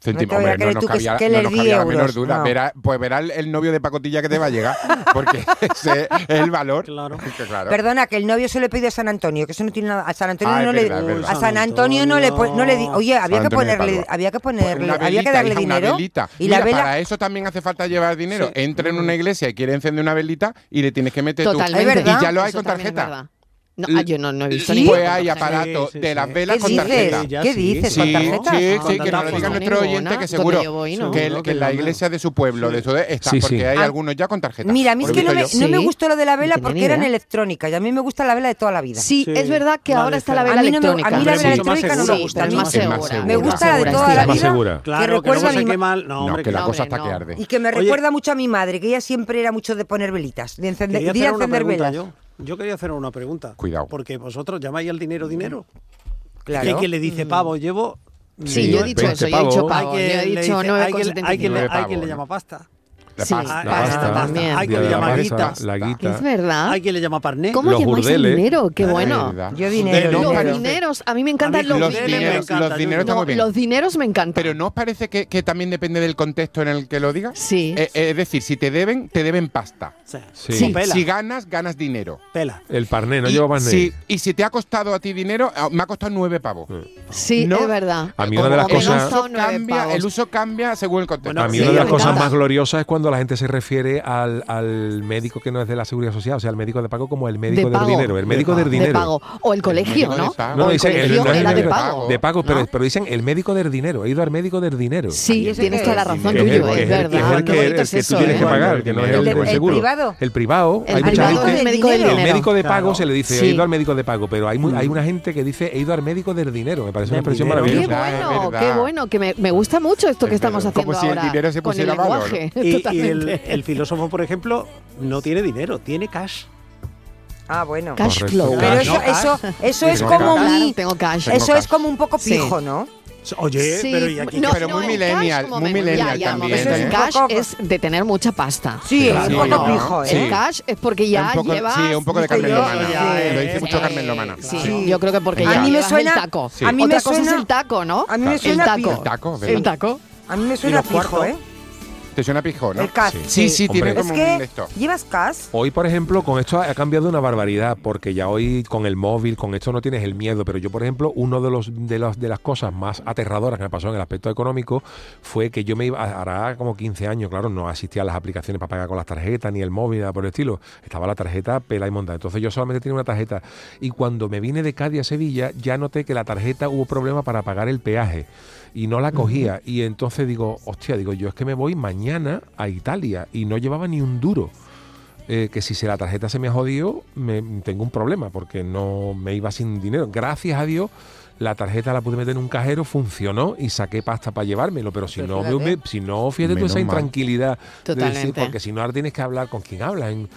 [SPEAKER 3] Céntimo,
[SPEAKER 5] No te voy a
[SPEAKER 3] hombre, no
[SPEAKER 5] creer
[SPEAKER 3] nos
[SPEAKER 5] tú que-
[SPEAKER 3] cabía,
[SPEAKER 5] que
[SPEAKER 3] no
[SPEAKER 5] le
[SPEAKER 3] nos
[SPEAKER 5] di
[SPEAKER 3] cabía la
[SPEAKER 5] euros,
[SPEAKER 3] menor duda.
[SPEAKER 5] no.
[SPEAKER 3] Verá- pues verá el, el novio de pacotilla que te va a llegar, porque ese es el valor.
[SPEAKER 4] Claro.
[SPEAKER 3] Que claro.
[SPEAKER 5] Perdona, que el novio se lo he pedido a San Antonio, que eso no tiene nada. A San Antonio
[SPEAKER 3] Ah, es
[SPEAKER 5] no
[SPEAKER 3] verdad, es
[SPEAKER 5] le.
[SPEAKER 3] verdad.
[SPEAKER 5] A San Antonio no le, po- no le di. Oye, había
[SPEAKER 3] San
[SPEAKER 5] que
[SPEAKER 3] Antonio de
[SPEAKER 5] ponerle,
[SPEAKER 3] Padua.
[SPEAKER 5] había que ponerle,
[SPEAKER 3] Una
[SPEAKER 5] había que
[SPEAKER 3] velita,
[SPEAKER 5] darle
[SPEAKER 3] hija, una
[SPEAKER 5] dinero.
[SPEAKER 3] velita.
[SPEAKER 5] Y
[SPEAKER 3] Mira,
[SPEAKER 5] la vela.
[SPEAKER 3] para eso también hace falta llevar dinero. Entra en una iglesia y quiere encender una velita y le tienes que meter
[SPEAKER 1] Totalmente.
[SPEAKER 3] tú. Y ya lo hay
[SPEAKER 1] Eso
[SPEAKER 3] con
[SPEAKER 1] también es
[SPEAKER 3] tarjeta.
[SPEAKER 1] verdad. No, ah, yo no, no he visto
[SPEAKER 5] ¿Sí?
[SPEAKER 1] ninguna.
[SPEAKER 3] Pues hay aparatos
[SPEAKER 4] Sí, sí,
[SPEAKER 3] de
[SPEAKER 4] sí.
[SPEAKER 3] las velas
[SPEAKER 5] ¿Qué
[SPEAKER 3] con
[SPEAKER 5] dices?
[SPEAKER 3] tarjeta.
[SPEAKER 5] Ya ¿Qué dices?
[SPEAKER 3] Sí,
[SPEAKER 5] ¿Con
[SPEAKER 3] sí,
[SPEAKER 5] tarjeta?
[SPEAKER 3] sí, que nos lo diga
[SPEAKER 1] No,
[SPEAKER 3] nuestro
[SPEAKER 1] ninguna.
[SPEAKER 3] oyente que
[SPEAKER 1] Donde
[SPEAKER 3] seguro
[SPEAKER 1] yo voy, no.
[SPEAKER 3] que, el-
[SPEAKER 4] Seguro
[SPEAKER 3] que
[SPEAKER 4] que
[SPEAKER 3] en la
[SPEAKER 4] llama.
[SPEAKER 3] iglesia de su pueblo, de eso de- está,
[SPEAKER 6] Sí, sí.
[SPEAKER 3] porque hay
[SPEAKER 5] Ah.
[SPEAKER 3] algunos ya con tarjeta.
[SPEAKER 5] Mira, a mí es
[SPEAKER 3] Por
[SPEAKER 5] que no
[SPEAKER 3] lo
[SPEAKER 5] me,
[SPEAKER 3] visto
[SPEAKER 1] yo.
[SPEAKER 5] no me
[SPEAKER 1] Sí.
[SPEAKER 5] gustó lo de la vela
[SPEAKER 1] No tenía
[SPEAKER 5] porque
[SPEAKER 1] ni
[SPEAKER 5] eran
[SPEAKER 1] idea.
[SPEAKER 5] electrónicas y a mí me gusta la vela de toda la vida.
[SPEAKER 1] Sí,
[SPEAKER 4] Sí,
[SPEAKER 1] es verdad que
[SPEAKER 4] la
[SPEAKER 1] ahora
[SPEAKER 4] de
[SPEAKER 1] está la
[SPEAKER 4] Fer-
[SPEAKER 1] vela
[SPEAKER 5] A mí no me- a mí
[SPEAKER 1] electrónica.
[SPEAKER 5] la
[SPEAKER 6] vela
[SPEAKER 1] Sí,
[SPEAKER 6] electrónica no me
[SPEAKER 1] sí,
[SPEAKER 5] gusta,
[SPEAKER 1] Es
[SPEAKER 5] ¿no?
[SPEAKER 1] más
[SPEAKER 3] Es más
[SPEAKER 1] segura.
[SPEAKER 3] segura.
[SPEAKER 5] Me gusta la de
[SPEAKER 1] segura,
[SPEAKER 5] toda
[SPEAKER 1] es
[SPEAKER 5] la
[SPEAKER 6] Es más
[SPEAKER 1] cierto.
[SPEAKER 5] vida.
[SPEAKER 6] segura.
[SPEAKER 5] que
[SPEAKER 4] Claro, que
[SPEAKER 5] recuerda
[SPEAKER 4] luego
[SPEAKER 5] a mi
[SPEAKER 4] se
[SPEAKER 5] ma-
[SPEAKER 4] quema. el- No,
[SPEAKER 3] No,
[SPEAKER 4] hombre,
[SPEAKER 3] que la
[SPEAKER 1] no,
[SPEAKER 3] cosa
[SPEAKER 1] hombre,
[SPEAKER 3] está que
[SPEAKER 1] no.
[SPEAKER 3] arde.
[SPEAKER 5] Y que me
[SPEAKER 4] Oye.
[SPEAKER 5] recuerda mucho a mi madre, que ella siempre era mucho de poner velitas, de encender,
[SPEAKER 4] Quería
[SPEAKER 5] de ir a
[SPEAKER 4] hacer una
[SPEAKER 5] encender
[SPEAKER 4] pregunta
[SPEAKER 5] velas.
[SPEAKER 4] yo. Yo quería hacer una pregunta.
[SPEAKER 3] Cuidado.
[SPEAKER 4] Porque vosotros llamáis al dinero dinero.
[SPEAKER 5] Claro.
[SPEAKER 4] Y hay quien le dice pavo, llevo.
[SPEAKER 1] Mm. Sí, yo he dicho
[SPEAKER 6] 20
[SPEAKER 1] eso, yo he dicho
[SPEAKER 6] pavos.
[SPEAKER 1] pavo, yo he
[SPEAKER 4] le dice-
[SPEAKER 1] dicho
[SPEAKER 4] hay quien- hay quien le-
[SPEAKER 1] 9,75.
[SPEAKER 4] hay quien
[SPEAKER 3] pavos,
[SPEAKER 4] le llama pasta.
[SPEAKER 3] La
[SPEAKER 1] Sí,
[SPEAKER 3] pasta.
[SPEAKER 6] La
[SPEAKER 1] Pasta
[SPEAKER 6] pasta,
[SPEAKER 1] también.
[SPEAKER 6] Hay que le
[SPEAKER 4] llama
[SPEAKER 6] llama guita.
[SPEAKER 4] guitas.
[SPEAKER 6] La guita.
[SPEAKER 1] Es verdad.
[SPEAKER 4] Hay quien le llama parné.
[SPEAKER 1] ¿Cómo
[SPEAKER 6] Los
[SPEAKER 1] llamáis el
[SPEAKER 6] burdeles.
[SPEAKER 1] dinero? Qué bueno.
[SPEAKER 3] Verdad.
[SPEAKER 5] Yo dinero,
[SPEAKER 4] Pero
[SPEAKER 1] Los
[SPEAKER 4] Claro.
[SPEAKER 1] dineros, a mí me encantan los,
[SPEAKER 3] los
[SPEAKER 1] dineros.
[SPEAKER 3] dineros. los dineros
[SPEAKER 1] No,
[SPEAKER 3] está muy bien.
[SPEAKER 1] los dineros me encantan.
[SPEAKER 3] Pero ¿no os parece que, que también depende del contexto en el que lo digas?
[SPEAKER 1] Sí.
[SPEAKER 3] Eh, eh, es decir, si te deben, te deben pasta.
[SPEAKER 4] Sí.
[SPEAKER 6] Sí.
[SPEAKER 4] O Pela.
[SPEAKER 3] Si ganas, ganas dinero.
[SPEAKER 4] pela.
[SPEAKER 6] El parné, no
[SPEAKER 3] y,
[SPEAKER 6] lleva parné.
[SPEAKER 3] si, y si te ha costado a ti dinero, ah, me ha costado nueve pavos.
[SPEAKER 6] Mm.
[SPEAKER 1] sí,
[SPEAKER 3] no-
[SPEAKER 1] es verdad.
[SPEAKER 6] A mí una de las
[SPEAKER 1] Como que no
[SPEAKER 6] cosas-
[SPEAKER 1] son
[SPEAKER 3] uso
[SPEAKER 1] nueve
[SPEAKER 3] cambia,
[SPEAKER 1] pavos.
[SPEAKER 3] el uso cambia según el contexto.
[SPEAKER 4] Bueno,
[SPEAKER 6] A mí
[SPEAKER 4] Sí,
[SPEAKER 6] una de las
[SPEAKER 4] me
[SPEAKER 6] cosas
[SPEAKER 1] encanta.
[SPEAKER 6] más gloriosas es cuando la gente se refiere al, al médico que no es de la seguridad social, o sea, al médico de pago como el médico del
[SPEAKER 1] pago.
[SPEAKER 6] dinero. El médico del
[SPEAKER 1] De
[SPEAKER 6] dinero.
[SPEAKER 1] pago. O el colegio,
[SPEAKER 3] de
[SPEAKER 1] ¿no?
[SPEAKER 3] pago.
[SPEAKER 1] O
[SPEAKER 6] No,
[SPEAKER 1] el
[SPEAKER 6] dicen el-
[SPEAKER 1] colegio
[SPEAKER 6] no es
[SPEAKER 1] era
[SPEAKER 6] el
[SPEAKER 1] de
[SPEAKER 6] de
[SPEAKER 1] pago.
[SPEAKER 6] De pago, pero,
[SPEAKER 1] ¿no?
[SPEAKER 6] pero dicen el médico del dinero. He ido al médico del dinero.
[SPEAKER 1] Sí,
[SPEAKER 5] ¿Y ese
[SPEAKER 1] tienes
[SPEAKER 5] qué
[SPEAKER 1] toda la
[SPEAKER 5] es?
[SPEAKER 1] razón,
[SPEAKER 6] Que es el-
[SPEAKER 1] Yuyu,
[SPEAKER 6] que
[SPEAKER 1] es
[SPEAKER 6] es el- que es
[SPEAKER 1] verdad.
[SPEAKER 6] el
[SPEAKER 1] Qué bonito
[SPEAKER 6] que, el
[SPEAKER 1] es
[SPEAKER 6] que
[SPEAKER 1] eso,
[SPEAKER 6] tú tienes
[SPEAKER 1] ¿eh?
[SPEAKER 6] que pagar, que no es
[SPEAKER 5] El
[SPEAKER 6] el,
[SPEAKER 5] de-
[SPEAKER 6] el
[SPEAKER 5] el
[SPEAKER 6] seguro.
[SPEAKER 5] privado.
[SPEAKER 6] El privado.
[SPEAKER 1] El
[SPEAKER 6] hay mucha
[SPEAKER 1] privado
[SPEAKER 6] gente-
[SPEAKER 1] es el médico del
[SPEAKER 5] El
[SPEAKER 6] el
[SPEAKER 1] dinero.
[SPEAKER 6] médico de pago
[SPEAKER 4] Claro.
[SPEAKER 6] se le dice,
[SPEAKER 1] Sí.
[SPEAKER 6] he ido al médico de pago, pero hay, mu- hay una gente que dice, he ido al médico del dinero. Me parece una
[SPEAKER 4] Del
[SPEAKER 6] expresión
[SPEAKER 4] dinero.
[SPEAKER 1] Qué
[SPEAKER 6] maravillosa.
[SPEAKER 3] verdad, es
[SPEAKER 1] bueno, qué
[SPEAKER 3] verdad.
[SPEAKER 1] bueno, que me, me gusta mucho esto que
[SPEAKER 3] Es
[SPEAKER 1] estamos
[SPEAKER 3] verdad.
[SPEAKER 1] haciendo
[SPEAKER 3] Como si el
[SPEAKER 1] ahora
[SPEAKER 3] dinero se
[SPEAKER 1] con el
[SPEAKER 3] pusiera valor.
[SPEAKER 1] lenguaje.
[SPEAKER 4] Y, y el,
[SPEAKER 1] Totalmente.
[SPEAKER 4] el filósofo, por ejemplo, no tiene dinero, tiene cash.
[SPEAKER 5] Ah, bueno.
[SPEAKER 1] Cash
[SPEAKER 6] Correcto.
[SPEAKER 1] flow.
[SPEAKER 5] Pero
[SPEAKER 4] Cash,
[SPEAKER 5] eso,
[SPEAKER 4] ¿no?
[SPEAKER 5] eso, eso es
[SPEAKER 3] Tengo
[SPEAKER 5] como
[SPEAKER 3] cash.
[SPEAKER 5] muy,
[SPEAKER 1] Claro, tengo cash.
[SPEAKER 3] Tengo
[SPEAKER 5] eso es
[SPEAKER 3] cash.
[SPEAKER 5] como un poco
[SPEAKER 1] Sí.
[SPEAKER 5] pijo, ¿no?
[SPEAKER 4] Oye,
[SPEAKER 1] Sí,
[SPEAKER 4] pero ¿y aquí
[SPEAKER 1] no,
[SPEAKER 4] qué?
[SPEAKER 3] Pero
[SPEAKER 1] no,
[SPEAKER 3] muy
[SPEAKER 1] el
[SPEAKER 3] millennial,
[SPEAKER 1] cash, como
[SPEAKER 3] muy
[SPEAKER 1] me-
[SPEAKER 3] millennial
[SPEAKER 1] ya, ya,
[SPEAKER 3] también,
[SPEAKER 1] pero
[SPEAKER 5] ¿eh?
[SPEAKER 1] El cash
[SPEAKER 5] Poco-
[SPEAKER 1] es de tener mucha pasta.
[SPEAKER 5] Sí,
[SPEAKER 3] Sí,
[SPEAKER 5] es
[SPEAKER 3] sí,
[SPEAKER 5] un poco
[SPEAKER 3] ¿no?
[SPEAKER 5] pijo, ¿eh?
[SPEAKER 3] Sí.
[SPEAKER 1] El cash es porque ya
[SPEAKER 3] Un poco-
[SPEAKER 1] llevas...
[SPEAKER 3] sí, un poco de
[SPEAKER 1] digo
[SPEAKER 3] Carmen
[SPEAKER 1] yo,
[SPEAKER 4] Lomana.
[SPEAKER 1] ya
[SPEAKER 4] Lo
[SPEAKER 1] es-
[SPEAKER 4] dice mucho
[SPEAKER 3] Carmen Lomana.
[SPEAKER 1] Sí,
[SPEAKER 5] Sí.
[SPEAKER 1] yo creo que porque
[SPEAKER 3] A
[SPEAKER 1] ya
[SPEAKER 3] mí me
[SPEAKER 1] llevas
[SPEAKER 5] suena-
[SPEAKER 1] el taco.
[SPEAKER 3] Sí. a
[SPEAKER 5] mí me
[SPEAKER 1] Otra cosa es
[SPEAKER 5] suena-
[SPEAKER 1] el taco, ¿no?
[SPEAKER 5] A mí me
[SPEAKER 3] El
[SPEAKER 1] El
[SPEAKER 5] suena
[SPEAKER 1] taco.
[SPEAKER 5] pijo.
[SPEAKER 3] taco, ¿verdad?
[SPEAKER 1] El taco.
[SPEAKER 5] A mí me suena
[SPEAKER 4] los
[SPEAKER 5] pijo,
[SPEAKER 4] cuartos?
[SPEAKER 5] ¿eh?
[SPEAKER 3] ¿Te suena pijón?
[SPEAKER 5] El cash.
[SPEAKER 3] Sí, sí,
[SPEAKER 6] Hombre.
[SPEAKER 3] tiene
[SPEAKER 5] Es
[SPEAKER 3] como
[SPEAKER 5] que
[SPEAKER 3] un esto.
[SPEAKER 5] llevas cash.
[SPEAKER 6] Hoy, por ejemplo, con esto ha ha cambiado una barbaridad, porque ya hoy con el móvil, con esto no tienes el miedo. Pero yo, por ejemplo, uno de los de las de las cosas más aterradoras que me pasó en el aspecto económico fue que yo me iba, hará como 15 años, claro, no asistía a las aplicaciones para pagar con las tarjetas, ni el móvil, nada por el estilo. Estaba la tarjeta pela y monta. Entonces yo solamente tenía una tarjeta. Y cuando me vine de Cádiz a Sevilla, ya noté que la tarjeta hubo problema para pagar el peaje. Y no la cogía. Y entonces digo, hostia, digo, yo es que me voy mañana a Italia y no llevaba ni un duro eh, que si se la tarjeta se me ha jodido, me, tengo un problema porque no me iba sin dinero. Gracias a Dios, la tarjeta la pude meter en un cajero, funcionó y saqué pasta para llevármelo. Pero si
[SPEAKER 5] Pero
[SPEAKER 6] no,
[SPEAKER 5] fíjate.
[SPEAKER 6] me- si no, fíjate tú
[SPEAKER 3] Menos
[SPEAKER 6] esa
[SPEAKER 3] mal.
[SPEAKER 6] intranquilidad. de decir,
[SPEAKER 1] Totalmente. Mm.
[SPEAKER 6] porque si no, ahora tienes que hablar con quien hablas en-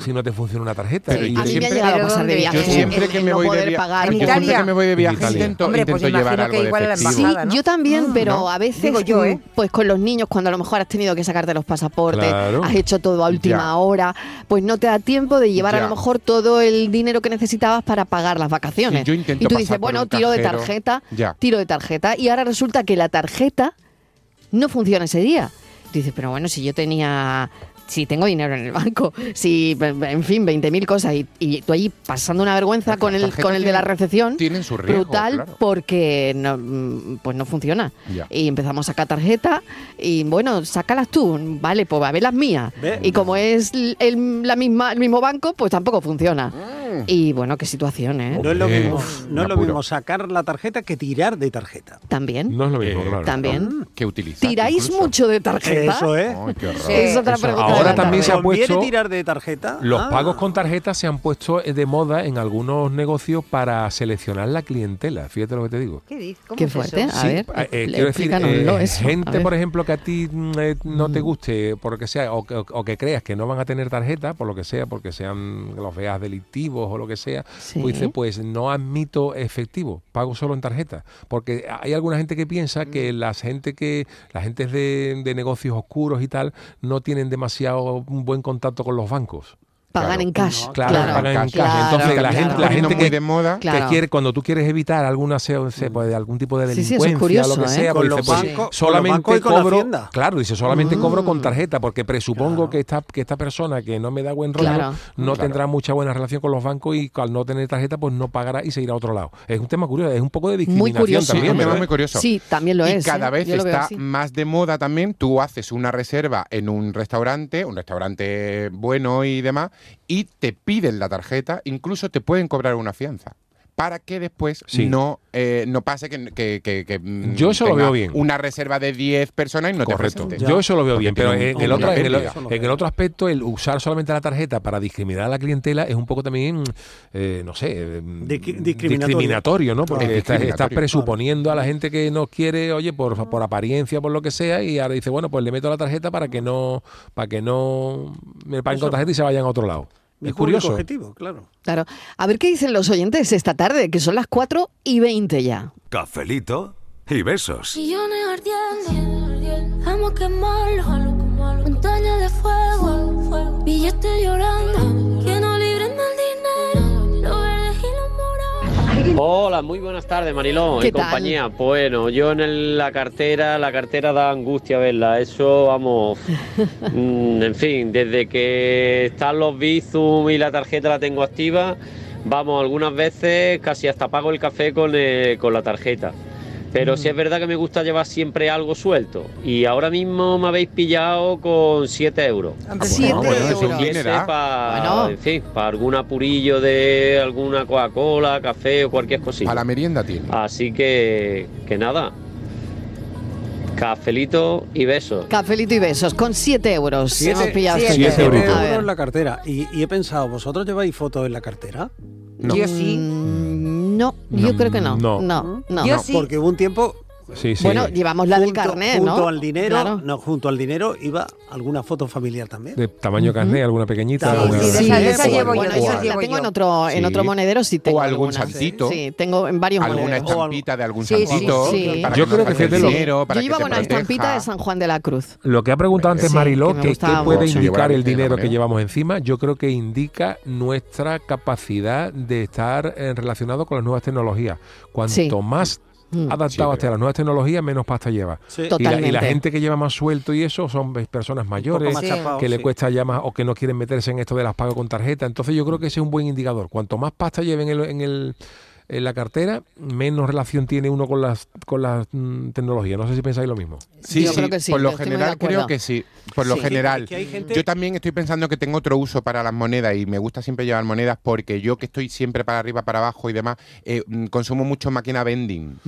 [SPEAKER 6] si no te funciona una tarjeta.
[SPEAKER 3] Pero
[SPEAKER 6] Y
[SPEAKER 3] yo
[SPEAKER 1] A mí me ha
[SPEAKER 3] siempre-
[SPEAKER 1] llegado a
[SPEAKER 5] Pero
[SPEAKER 1] pasar de
[SPEAKER 5] ¿dónde?
[SPEAKER 1] viaje.
[SPEAKER 3] Yo
[SPEAKER 5] viajes,
[SPEAKER 3] siempre
[SPEAKER 1] el-
[SPEAKER 3] que
[SPEAKER 1] el
[SPEAKER 3] me
[SPEAKER 1] no
[SPEAKER 3] voy de
[SPEAKER 1] poder
[SPEAKER 3] via-
[SPEAKER 1] pagar.
[SPEAKER 5] En
[SPEAKER 3] yo siempre
[SPEAKER 5] Italia.
[SPEAKER 3] que me voy de viaje
[SPEAKER 6] Italia.
[SPEAKER 3] intento,
[SPEAKER 5] Hombre, pues
[SPEAKER 3] intento llevar
[SPEAKER 5] imagino
[SPEAKER 3] algo
[SPEAKER 5] que
[SPEAKER 3] de
[SPEAKER 5] igual a la
[SPEAKER 3] efectivo.
[SPEAKER 5] embajada.
[SPEAKER 1] Sí,
[SPEAKER 5] ¿no?
[SPEAKER 1] yo también, pero a veces,
[SPEAKER 5] Digo yo, ¿eh?
[SPEAKER 1] mm, pues con los niños, cuando a lo mejor has tenido que sacarte los pasaportes,
[SPEAKER 6] Claro.
[SPEAKER 1] has hecho todo a última
[SPEAKER 3] Ya.
[SPEAKER 1] hora, pues no te da tiempo de llevar a
[SPEAKER 3] Ya.
[SPEAKER 1] lo mejor todo el dinero que necesitabas para pagar las vacaciones.
[SPEAKER 3] Sí, yo intento
[SPEAKER 1] y tú
[SPEAKER 3] pasar
[SPEAKER 1] dices,
[SPEAKER 3] por
[SPEAKER 1] bueno,
[SPEAKER 3] un
[SPEAKER 1] tiro de
[SPEAKER 3] cajero.
[SPEAKER 1] tarjeta,
[SPEAKER 3] Ya.
[SPEAKER 1] tiro de tarjeta, y ahora resulta que la tarjeta no funciona ese día. Tú dices, pero Ah, bueno, si yo tenía... Si tengo dinero en el banco, si, en fin, 20.000 cosas, y, y tú ahí pasando una vergüenza
[SPEAKER 3] Las
[SPEAKER 1] con el,
[SPEAKER 3] tarjetas
[SPEAKER 1] con el de la
[SPEAKER 3] tienen-
[SPEAKER 1] recepción
[SPEAKER 3] tienen su riesgo,
[SPEAKER 1] brutal
[SPEAKER 3] claro.
[SPEAKER 1] porque no, mm, pues no funciona.
[SPEAKER 3] Ya.
[SPEAKER 1] Y empezamos a sacar tarjeta y bueno, sácalas tú, vale, pues va a ver las mías.
[SPEAKER 4] Ve.
[SPEAKER 1] Y como es l- el, la misma, el mismo banco, pues tampoco funciona.
[SPEAKER 3] Mm.
[SPEAKER 1] Y bueno, qué situación, ¿eh?
[SPEAKER 4] No es lo
[SPEAKER 6] Hombre,
[SPEAKER 4] mismo, no es
[SPEAKER 3] me
[SPEAKER 4] lo
[SPEAKER 3] apuro.
[SPEAKER 4] mismo sacar la tarjeta que tirar de tarjeta.
[SPEAKER 1] También,
[SPEAKER 6] No es lo mismo,
[SPEAKER 3] Eh,
[SPEAKER 6] claro.
[SPEAKER 1] también.
[SPEAKER 3] que utilizas.
[SPEAKER 1] ¿Tiráis
[SPEAKER 3] incluso.
[SPEAKER 1] mucho de tarjeta?
[SPEAKER 4] Eso es.
[SPEAKER 3] Ay, qué horror.
[SPEAKER 5] Sí.
[SPEAKER 1] Es otra
[SPEAKER 6] Eso.
[SPEAKER 1] pregunta.
[SPEAKER 6] Ahora
[SPEAKER 1] de la tarde.
[SPEAKER 6] también se ha
[SPEAKER 4] ¿Conviene
[SPEAKER 6] puesto
[SPEAKER 4] tirar de tarjeta?
[SPEAKER 6] Los
[SPEAKER 4] Ah.
[SPEAKER 6] pagos con tarjetas se han puesto eh, de moda en algunos negocios para seleccionar la clientela. Fíjate lo que te digo.
[SPEAKER 5] ¿Qué dices? ¿Cómo
[SPEAKER 1] Qué
[SPEAKER 5] es eso?
[SPEAKER 1] fuerte. A
[SPEAKER 6] Sí,
[SPEAKER 1] ver,
[SPEAKER 6] eh, eh,
[SPEAKER 1] le-
[SPEAKER 6] quiero decir,
[SPEAKER 1] explícanoslo
[SPEAKER 6] eh,
[SPEAKER 1] eso, a
[SPEAKER 6] gente,
[SPEAKER 1] ver.
[SPEAKER 6] por ejemplo, que a ti mm, eh, no te guste, por lo que sea, o, que- o que creas que no van a tener tarjeta, por lo que sea, porque sean los veas delictivos o lo que sea,
[SPEAKER 1] Sí.
[SPEAKER 6] pues dice, pues no admito efectivo, pago solo en tarjeta. Porque hay alguna gente que piensa que
[SPEAKER 1] Mm.
[SPEAKER 6] la gente que, la gente de, de negocios oscuros y tal, no tienen demasiado buen contacto con los bancos.
[SPEAKER 1] Pagan
[SPEAKER 3] Claro.
[SPEAKER 1] en cash.
[SPEAKER 4] No,
[SPEAKER 6] Claro, pagan en cash.
[SPEAKER 1] claro,
[SPEAKER 6] Entonces, la
[SPEAKER 1] claro.
[SPEAKER 6] gente, la
[SPEAKER 3] Está poniendo
[SPEAKER 6] gente
[SPEAKER 3] muy
[SPEAKER 6] que,
[SPEAKER 3] de moda.
[SPEAKER 1] Claro.
[SPEAKER 6] que quiere, cuando tú quieres evitar alguna se- se- pues, de algún tipo de
[SPEAKER 1] Mm. Sí, sí,
[SPEAKER 6] delincuencia,
[SPEAKER 1] eso es curioso,
[SPEAKER 6] lo que
[SPEAKER 1] ¿eh?
[SPEAKER 6] sea,
[SPEAKER 4] Con
[SPEAKER 6] pues,
[SPEAKER 4] los
[SPEAKER 6] dice, pues,
[SPEAKER 4] bancos- con los
[SPEAKER 6] solamente
[SPEAKER 4] bancos y con
[SPEAKER 6] cobro,
[SPEAKER 4] Hacienda.
[SPEAKER 6] claro, dice, solamente
[SPEAKER 1] Mm.
[SPEAKER 6] cobro con tarjeta, porque presupongo
[SPEAKER 4] Claro.
[SPEAKER 6] que esta que esta persona que no me da buen rollo
[SPEAKER 1] Claro.
[SPEAKER 6] no
[SPEAKER 3] Claro.
[SPEAKER 6] tendrá mucha buena relación con los bancos y al no tener tarjeta pues no pagará y se irá a otro lado. Es un tema curioso, es un poco de
[SPEAKER 1] Muy
[SPEAKER 6] discriminación
[SPEAKER 1] curioso.
[SPEAKER 3] Sí,
[SPEAKER 6] también.
[SPEAKER 3] un tema
[SPEAKER 6] ¿verdad?
[SPEAKER 3] muy curioso.
[SPEAKER 1] Sí, también lo
[SPEAKER 3] y
[SPEAKER 1] es.
[SPEAKER 3] cada
[SPEAKER 1] ¿eh?
[SPEAKER 3] vez
[SPEAKER 1] Yo lo veo
[SPEAKER 3] está
[SPEAKER 1] así.
[SPEAKER 3] más de moda también. Tú haces una reserva en un restaurante, un restaurante bueno y demás, y te piden la tarjeta, incluso te pueden cobrar una fianza. Para que después
[SPEAKER 6] Sí.
[SPEAKER 3] no, eh, no pase que, que- que- que, mm,
[SPEAKER 6] Yo eso lo
[SPEAKER 3] tenga
[SPEAKER 6] veo bien.
[SPEAKER 3] Una reserva de 10 personas y no
[SPEAKER 6] Correcto.
[SPEAKER 3] te presentes.
[SPEAKER 4] Ya.
[SPEAKER 6] Yo eso lo veo
[SPEAKER 3] Porque
[SPEAKER 6] bien, pero
[SPEAKER 3] tiene
[SPEAKER 6] en
[SPEAKER 3] un-
[SPEAKER 6] el,
[SPEAKER 3] una
[SPEAKER 6] otro, en, el,
[SPEAKER 3] pérdida.
[SPEAKER 4] Eso lo
[SPEAKER 6] en el
[SPEAKER 4] veo.
[SPEAKER 6] otro aspecto, el usar solamente la tarjeta para discriminar a la clientela es un poco también, eh, no sé, eh,
[SPEAKER 4] Disqui- discriminatorio.
[SPEAKER 6] discriminatorio, ¿no? Porque
[SPEAKER 3] Claro.
[SPEAKER 6] estás, estás
[SPEAKER 3] Discriminatorio.
[SPEAKER 6] presuponiendo a la gente que no quiere, oye, por, por apariencia, por lo que sea, y ahora dice, bueno, pues le meto la tarjeta para que no, para que no me paguen con
[SPEAKER 4] Eso-
[SPEAKER 6] tarjeta y se vayan a otro lado.
[SPEAKER 4] Mi
[SPEAKER 6] es
[SPEAKER 4] público
[SPEAKER 6] curioso.
[SPEAKER 4] objetivo, claro.
[SPEAKER 1] Claro. A ver qué dicen los oyentes esta tarde, que son las 4 y 20 ya.
[SPEAKER 7] Cafelito y besos.
[SPEAKER 8] Sillones ardiendo, vamos a quemarlos, montaña de fuego, billetes llorando, que no libren del dinero, los verdes y los morados.
[SPEAKER 9] Hola, muy buenas tardes, Marilón
[SPEAKER 1] ¿Qué
[SPEAKER 9] y
[SPEAKER 1] tal?
[SPEAKER 9] compañía. Bueno, yo en el- la cartera, la cartera da angustia verla. Eso, vamos. mm, en fin, desde que están los Bizum y la tarjeta la tengo activa, vamos, algunas veces casi hasta pago el café con, eh, con la tarjeta. Pero
[SPEAKER 1] Mm.
[SPEAKER 9] sí es verdad que me gusta llevar siempre algo suelto. Y ahora mismo me habéis pillado con 7 euros.
[SPEAKER 5] Hombre,
[SPEAKER 1] Siete
[SPEAKER 5] no.
[SPEAKER 3] Ah, pues, bueno, eso
[SPEAKER 1] euros.
[SPEAKER 3] bien
[SPEAKER 9] Ese
[SPEAKER 3] era.
[SPEAKER 9] pa-
[SPEAKER 1] Bueno.
[SPEAKER 9] en fin, para algún apurillo de alguna Coca-Cola, café o cualquier cosita.
[SPEAKER 3] A la merienda tiene.
[SPEAKER 9] Así que, que nada. Cafelito y besos.
[SPEAKER 1] Cafelito y besos, con 7 euros.
[SPEAKER 4] Siete-
[SPEAKER 1] hemos pillado
[SPEAKER 5] siete
[SPEAKER 1] este
[SPEAKER 6] euros.
[SPEAKER 1] tema.
[SPEAKER 4] Euros
[SPEAKER 1] A ver.
[SPEAKER 4] en la cartera. Y, y he pensado, ¿vosotros lleváis fotos en la cartera?
[SPEAKER 5] Yo sí.
[SPEAKER 1] Mm, No, yo
[SPEAKER 6] No,
[SPEAKER 1] creo que no. No,
[SPEAKER 6] no.
[SPEAKER 1] no.
[SPEAKER 5] Yo sí.
[SPEAKER 4] Porque hubo un tiempo
[SPEAKER 6] Sí, sí.
[SPEAKER 1] Bueno, llevamos la del
[SPEAKER 4] junto-
[SPEAKER 1] carnet, ¿no?
[SPEAKER 4] junto al dinero,
[SPEAKER 1] Claro.
[SPEAKER 4] no, junto al dinero iba alguna foto familiar también.
[SPEAKER 6] de tamaño carnet, alguna pequeñita.
[SPEAKER 3] Ah,
[SPEAKER 4] Sí,
[SPEAKER 6] alguna-
[SPEAKER 4] sí, de
[SPEAKER 5] esa- de esa
[SPEAKER 6] o
[SPEAKER 5] llevo yo,
[SPEAKER 6] alguna-
[SPEAKER 1] Bueno,
[SPEAKER 5] de esa
[SPEAKER 1] yo la
[SPEAKER 5] llevo
[SPEAKER 1] tengo
[SPEAKER 5] yo.
[SPEAKER 1] en otro, en
[SPEAKER 6] Sí.
[SPEAKER 1] otro monedero, sí tengo
[SPEAKER 3] O algún
[SPEAKER 1] algunas.
[SPEAKER 3] santito.
[SPEAKER 1] Sí, tengo en varios
[SPEAKER 3] Alguna
[SPEAKER 1] monederos.
[SPEAKER 3] estampita de algún
[SPEAKER 5] Sí, sí,
[SPEAKER 3] santito.
[SPEAKER 1] sí.
[SPEAKER 3] para
[SPEAKER 6] Yo
[SPEAKER 3] no
[SPEAKER 6] creo que
[SPEAKER 3] gaste
[SPEAKER 6] fíjate
[SPEAKER 3] el
[SPEAKER 6] lo-
[SPEAKER 3] dinero,
[SPEAKER 1] Yo
[SPEAKER 3] para que
[SPEAKER 1] llevaba
[SPEAKER 3] te
[SPEAKER 1] una
[SPEAKER 3] proteja.
[SPEAKER 1] estampita de San Juan de la Cruz.
[SPEAKER 6] Lo que ha preguntado antes
[SPEAKER 1] Sí,
[SPEAKER 6] Mariló,
[SPEAKER 1] que me
[SPEAKER 6] que, qué
[SPEAKER 1] gustaba
[SPEAKER 6] puede
[SPEAKER 1] mucho.
[SPEAKER 6] indicar el
[SPEAKER 3] Sí,
[SPEAKER 6] dinero que
[SPEAKER 3] bueno.
[SPEAKER 6] llevamos encima, yo creo que indica nuestra capacidad de estar eh, relacionado con las nuevas tecnologías. Cuanto
[SPEAKER 1] Sí.
[SPEAKER 6] más
[SPEAKER 1] Mm.
[SPEAKER 6] adaptado
[SPEAKER 3] Sí,
[SPEAKER 6] esté a las nuevas tecnologías, menos pasta lleva.
[SPEAKER 4] Sí.
[SPEAKER 1] Tot-
[SPEAKER 6] Y la, y la
[SPEAKER 1] Totalmente.
[SPEAKER 6] gente que lleva más suelto y eso son ve- personas
[SPEAKER 4] Un poco
[SPEAKER 6] mayores
[SPEAKER 4] más
[SPEAKER 5] Sí.
[SPEAKER 4] chapado,
[SPEAKER 6] que le
[SPEAKER 4] sí.
[SPEAKER 6] cuesta ya más o que no quieren meterse en esto de las pagas con tarjeta. Entonces yo creo que ese es un buen indicador. Cuanto más pasta lleven en, el- en el- en la cartera, menos relación tiene uno con las con las mm, tecnologías. No sé si pensáis lo mismo.
[SPEAKER 3] Sí,
[SPEAKER 1] Yo
[SPEAKER 3] sí,
[SPEAKER 1] creo que sí,
[SPEAKER 3] por
[SPEAKER 1] yo
[SPEAKER 3] lo
[SPEAKER 1] estoy muy de
[SPEAKER 3] general
[SPEAKER 1] acuerdo.
[SPEAKER 3] creo que sí. Por lo
[SPEAKER 1] Sí.
[SPEAKER 3] general.
[SPEAKER 4] Es que hay gente-
[SPEAKER 3] Yo también estoy pensando que tengo otro uso para las monedas y me gusta siempre llevar monedas porque yo que estoy siempre para arriba, para abajo y demás, eh, mm, consumo mucho máquina vending.